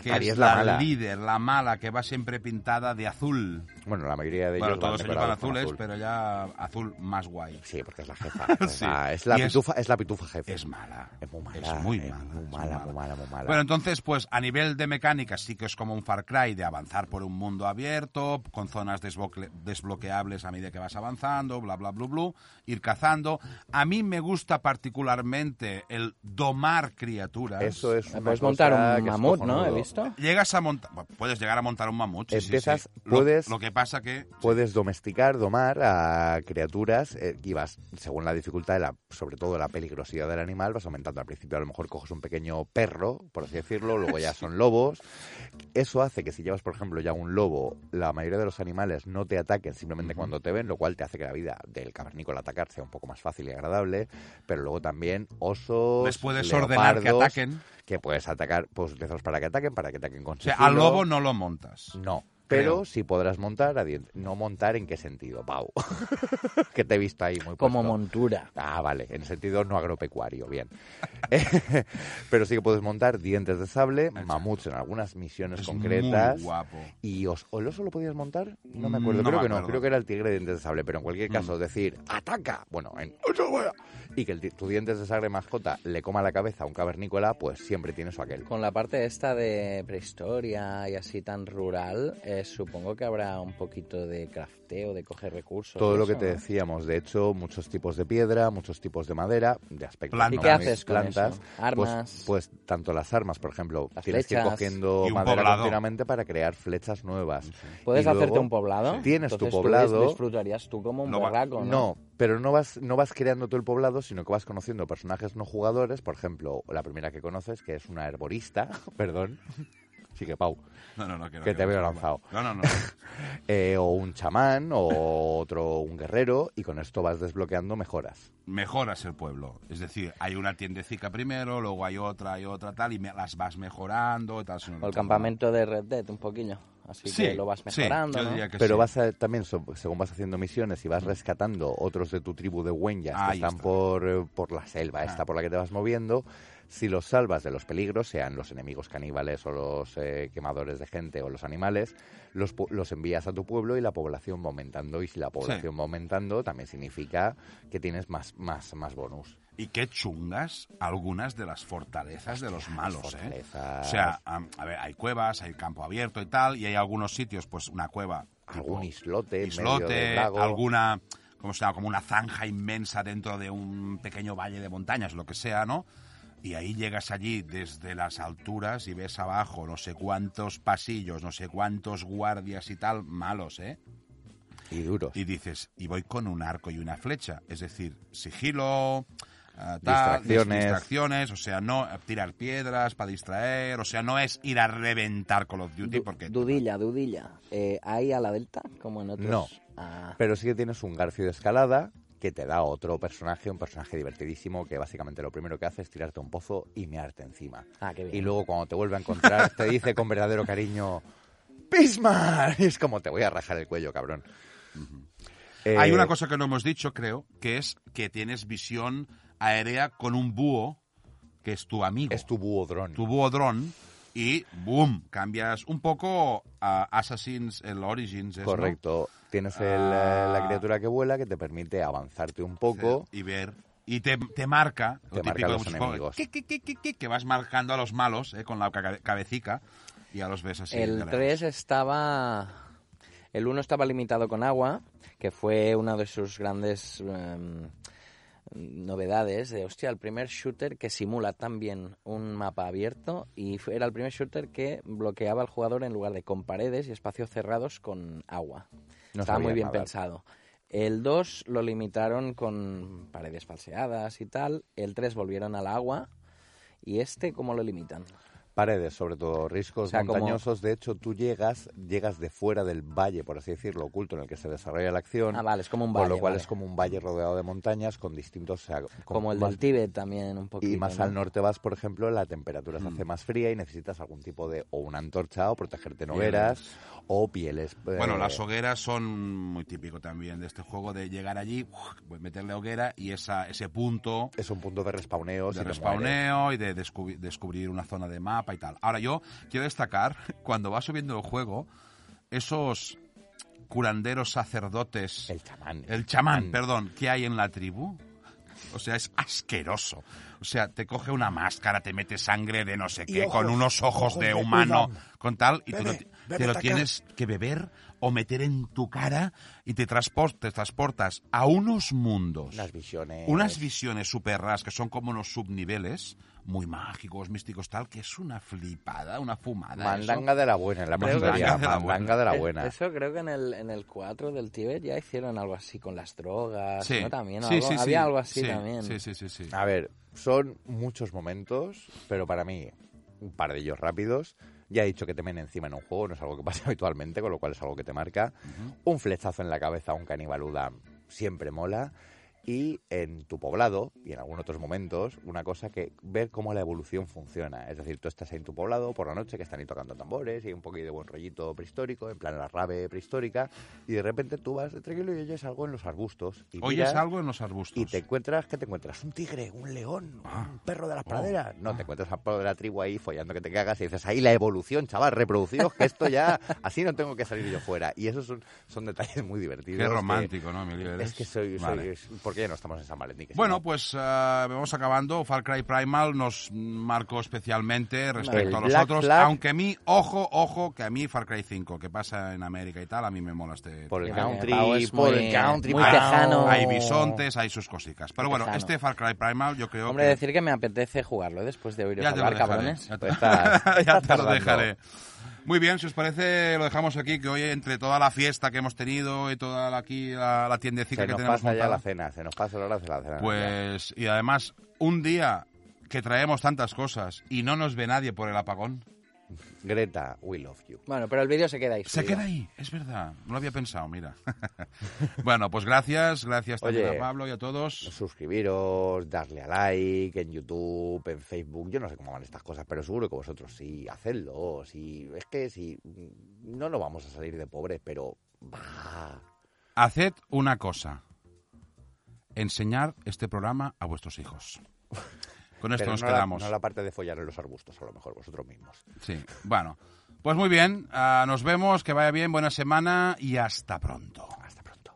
que
Batari
es,
es la
la,
mala.
líder, la mala, que va siempre pintada de azul.
por sí. Bueno, la mayoría de ellos
Bueno,
van
todos ellos van
decorados con
azules,
azul.
pero ya azul más guay.
Sí, porque es la jefa. es
Sí.
la- es, la
Y es-
pitufa, es la pitufa jefe.
Es mala.
Es muy mala.
Es muy
es
mala.
muy
es
mala, muy mala, muy mala.
Bueno, entonces, pues a nivel de mecánica sí que es como un Far Cry de avanzar por un mundo abierto, con zonas desbocle- desbloqueables a medida que vas avanzando, bla, bla, bla, bla, ir cazando. A mí me gusta particularmente el domar criaturas.
Eso es una
Puedes
cosa
montar un
que es
mamut, ¿no? He
cojonudo.
visto.
Llegas a montar... Puedes llegar a montar un mamut. sí, sí, sí.
Empiezas,
Lo-
puedes-
Lo, que pasa que...
Puedes domesticar, domar a criaturas eh, y vas, según la dificultad, de la, sobre todo la peligrosidad del animal, vas aumentando. Al principio a lo mejor coges un pequeño perro, por así decirlo, luego ya son lobos. Eso hace que si llevas, por ejemplo, ya un lobo, la mayoría de los animales no te ataquen simplemente cuando te ven, lo cual te hace que la vida del cavernícola atacar sea un poco más fácil y agradable, pero luego también osos,
Les puedes ordenar que
leopardos,
ataquen.
que puedes atacar, pues utilizarlos para que ataquen, para que ataquen con
O sea, al
sigilo.
lobo no lo montas.
No.
Creo.
Pero sí podrás montar a dien- No montar en qué sentido, Pau. que te he visto ahí muy
Como
puesto.
montura.
Ah, vale, en sentido no agropecuario, bien. Eh, Pero sí que puedes montar dientes de sable, mamuts en algunas misiones
Es
concretas.
muy guapo. Mm,
Y os, ¿o el oso lo podías montar? No me acuerdo,
No
creo
me
que no,
acuerdo. Mm.
creo que era el tigre de dientes de sable, pero en cualquier caso, decir, ¡ataca! Bueno, en "¡Oso, vaya!", y que el ti- tu dientes de sable mascota le coma la cabeza a un cavernícola, pues siempre tienes su aquel.
Con la parte esta de prehistoria y así tan rural, eh, supongo que habrá un poquito de crafteo, de coger recursos.
Todo
y
lo
eso,
que te
¿no?
decíamos, de hecho, muchos tipos de piedra, muchos tipos de madera, de aspecto.
Plantas.
muy
¿Y qué
haces con
plantas,
eso?
pues-
Armas.
Pues, tanto las armas, por ejemplo,
Las
tienes que ir
flechas.
cogiendo
Y un
madera
poblado.
continuamente para crear flechas nuevas.
¿Puedes
Y luego
hacerte un poblado?
Tienes tu
Entonces tú
poblado.
dis- disfrutarías tú como un
No va-
borraco, ¿no?
No, pero no vas, no vas creando tú el poblado, sino que vas conociendo personajes no jugadores. Por ejemplo, la primera que conoces, que es una herborista, perdón. Sí que Pau.
No, no, no. no,
Que te
no.
veo lanzado.
No, no, no.
Eh, o un chamán, o otro, un guerrero, y con esto vas desbloqueando mejoras.
mejoras el pueblo. Es decir, hay una tiendecica primero, luego hay otra, hay otra, tal, y me- las vas mejorando, tal.
O el campamento de Red Dead, un poquillo. Así que lo vas mejorando,
Sí, yo
¿no?
diría que
Pero
sí.
vas a- también, so- según vas haciendo misiones y vas rescatando otros de tu tribu de huenyas que
Ahí
están
está. Ah.
por, eh, por la selva, esta por la que te vas moviendo, si los salvas de los peligros, sean los enemigos caníbales o los eh, quemadores de gente o los animales, los, pu- los envías a tu pueblo y la población va aumentando. Y si la población va aumentando, también significa que tienes más, más, más bonus.
Y qué chungas algunas de las fortalezas de los malos, ¿eh?
fortalezas.
O sea, am- a ver, hay cuevas, hay campo abierto y
Ah,
tal, y hay algunos sitios, pues una cueva. tipo
Algún islote, en medio
islote,
del lago.
alguna ¿cómo se llama? Como una zanja inmensa dentro de un pequeño valle de montañas, lo que sea, ¿no? Y ahí llegas allí desde las alturas y ves abajo no sé cuántos pasillos, no sé cuántos guardias y tal, malos, ¿eh?
Y duros.
Y dices, y voy con un arco y una flecha. Es decir, sigilo, ah, tal,
Distracciones.
distracciones, o sea, no tirar piedras para distraer, o sea, no es ir a reventar Call of Duty
Du-
porque...
Dudilla, dudilla. Eh, ¿Hay a la venta como en otros?
No.
Ah,
Pero sí que tienes un garfio de escalada que te da otro personaje, un personaje divertidísimo que básicamente lo primero que hace es tirarte a un pozo y mearte encima.
Ah, qué bien.
Y luego cuando te vuelve a encontrar te dice con verdadero cariño, ¡Pismar! Es como te voy a rajar el cuello, cabrón. Eh,
Hay una cosa que no hemos dicho, creo, que es que tienes visión aérea con un búho, que es tu amigo,
Es tu búho dron.
tu búho dron, y ¡boom! Cambias un poco a Assassin's el Origins. ¿es, no?
Correcto. Tienes el, eh,
Ah.
la criatura que vuela que te permite avanzarte un poco.
y ver. Y te, te marca,
Te marca
de
los
muchos juegos,
enemigos.
que, que, que, que, que, que vas marcando a los malos eh, con la caca- cabecica y ya los ves así. de
el
lejos.
3 estaba... El 1 estaba limitado con agua, que fue una de sus grandes em, novedades. De, hostia, el primer shooter que simula también un mapa abierto y fue- era el primer shooter que bloqueaba al jugador en lugar de con paredes y espacios cerrados con agua.
No
Estaba muy
sabía
bien
nadar.
pensado. El 2 lo limitaron con paredes falseadas y tal. El 3 volvieron al agua. ¿Y este cómo lo limitan?
Paredes, sobre todo, riscos
O sea, como-
montañosos. De hecho, tú llegas, llegas de fuera del valle, por así decirlo, oculto en el que se desarrolla la acción.
Ah, vale, es como un
Con
valle,
lo cual
vale.
es como un valle rodeado de montañas con distintos... o sea, con-
Como el
más-
del Tíbet también un poquito.
Y más
¿no? Mm.
al norte vas, por ejemplo, la temperatura se hace más fría y necesitas algún tipo de... o una antorcha o protegerte en hogueras o pieles.
Bueno,
eh,
las hogueras son muy típico también de este juego, de llegar allí, uf, meterle hoguera y esa, ese punto
Es un punto de respawneo. si
de
te mueres.
respawneo y de descubri- descubrir una zona de mapa y tal. Ahora yo quiero destacar, cuando va subiendo el juego, esos curanderos sacerdotes,
El chamán.
el chamán, perdón, que hay en la tribu. O sea, es asqueroso. O sea, te coge una máscara, te mete sangre de no sé qué, con
ojos,
unos ojos,
ojos
de
de
humano,
udon.
con tal, y tú
Bebe,
lo ti-
bebe
te lo
taca.
tienes que beber o meter en tu cara y te, transpor- te transportas a unos mundos.
Unas visiones.
Eh.
Unas visiones súper raras que son como unos subniveles muy mágicos, místicos, tal, que es una flipada, una fumada.
Mandanga de la buena, la
Mandanga
mayoría.
de la buena.
Mandanga de la
Es-
buena.
Eso creo que en el, en el 4 del Tíbet ya hicieron algo así con las drogas.
eso. Sí.
¿no? También
Sí,
algo-
sí, sí.
había algo así
Sí,
también.
Sí, sí, sí. sí.
A ver, son muchos momentos, pero para mí, un par de ellos rápidos. Ya he dicho que te men encima en un juego, no es algo que pasa habitualmente, con lo cual es algo que te marca. Un flechazo en la cabeza a un canibaluda siempre mola. Y en tu poblado, y en algunos otros momentos, una cosa que ver cómo la evolución funciona. Es decir, tú estás ahí en tu poblado por la noche, que están ahí tocando tambores, y hay un poquito de buen rollito prehistórico, en plan la rave prehistórica, y de repente tú vas tranquilo y oyes algo en los arbustos. Y
Oyes
miras-
algo en los arbustos.
y te encuentras, ¿qué te encuentras? ¿Un tigre? ¿Un león?
Ah.
¿Un perro
Oh.
de las praderas? No, te encuentras al perro de la tribu ahí follando que te cagas y dices, ahí la evolución, chaval, reproducidos, que esto ya, así no tengo que salir yo fuera. Y esos son, son detalles muy divertidos.
Qué
que-
romántico, ¿no, Emilio?
Es
Eres-
que soy, soy-
Vale.
es- porque ya no estamos en San Valentín. que si
Bueno,
no-
pues eh, vamos acabando. Far Cry Primal nos marcó especialmente respecto
El
a los
Black
otros.
Flag.
Aunque a mí, ojo, ojo, que a mí Far Cry 5, que pasa en América y tal, a mí me mola este. Ah,
por el
Creo que
country,
Pau es
por
muy-
el country,
muy
Pau.
tejano.
Hay bisontes, hay sus cositas. Pero bueno,
Tejano.
este Far Cry Primal yo creo
Hombre,
que...
decir que me apetece jugarlo ¿eh? después de oíros
Ya te lo
hablar,
dejaré,
cabrones.
Ya te,
Pues estás-
ya te
estás
lo
tardando.
dejaré. Muy bien, si os parece, lo dejamos aquí, que hoy entre toda la fiesta que hemos tenido y toda la, aquí la, la tiendecita
Se
que
nos
tenemos
pasa ya
montada,
la cena, se nos pasa la hora de la cena.
pues, y además, un día que traemos tantas cosas y no nos ve nadie por el apagón,
Greta, we love you.
Bueno, pero el vídeo se queda ahí.
se
subido.
queda ahí, es verdad, no lo había pensado, mira. bueno, pues gracias, gracias también
Oye.
a Pablo y a todos.
suscribiros, darle a like en YouTube, en Facebook. Yo no sé cómo van estas cosas, pero seguro que vosotros sí, hacedlo. Sí. Es que si no nos vamos a salir de pobres, pero bah,
Haced una cosa, enseñar este programa a vuestros hijos. Con esto
pero
nos
no, la,
quedamos.
no la parte de follar en los arbustos, a lo mejor vosotros mismos.
Sí, bueno. Pues muy bien, ah, nos vemos, que vaya bien, buena semana y hasta pronto.
Hasta pronto.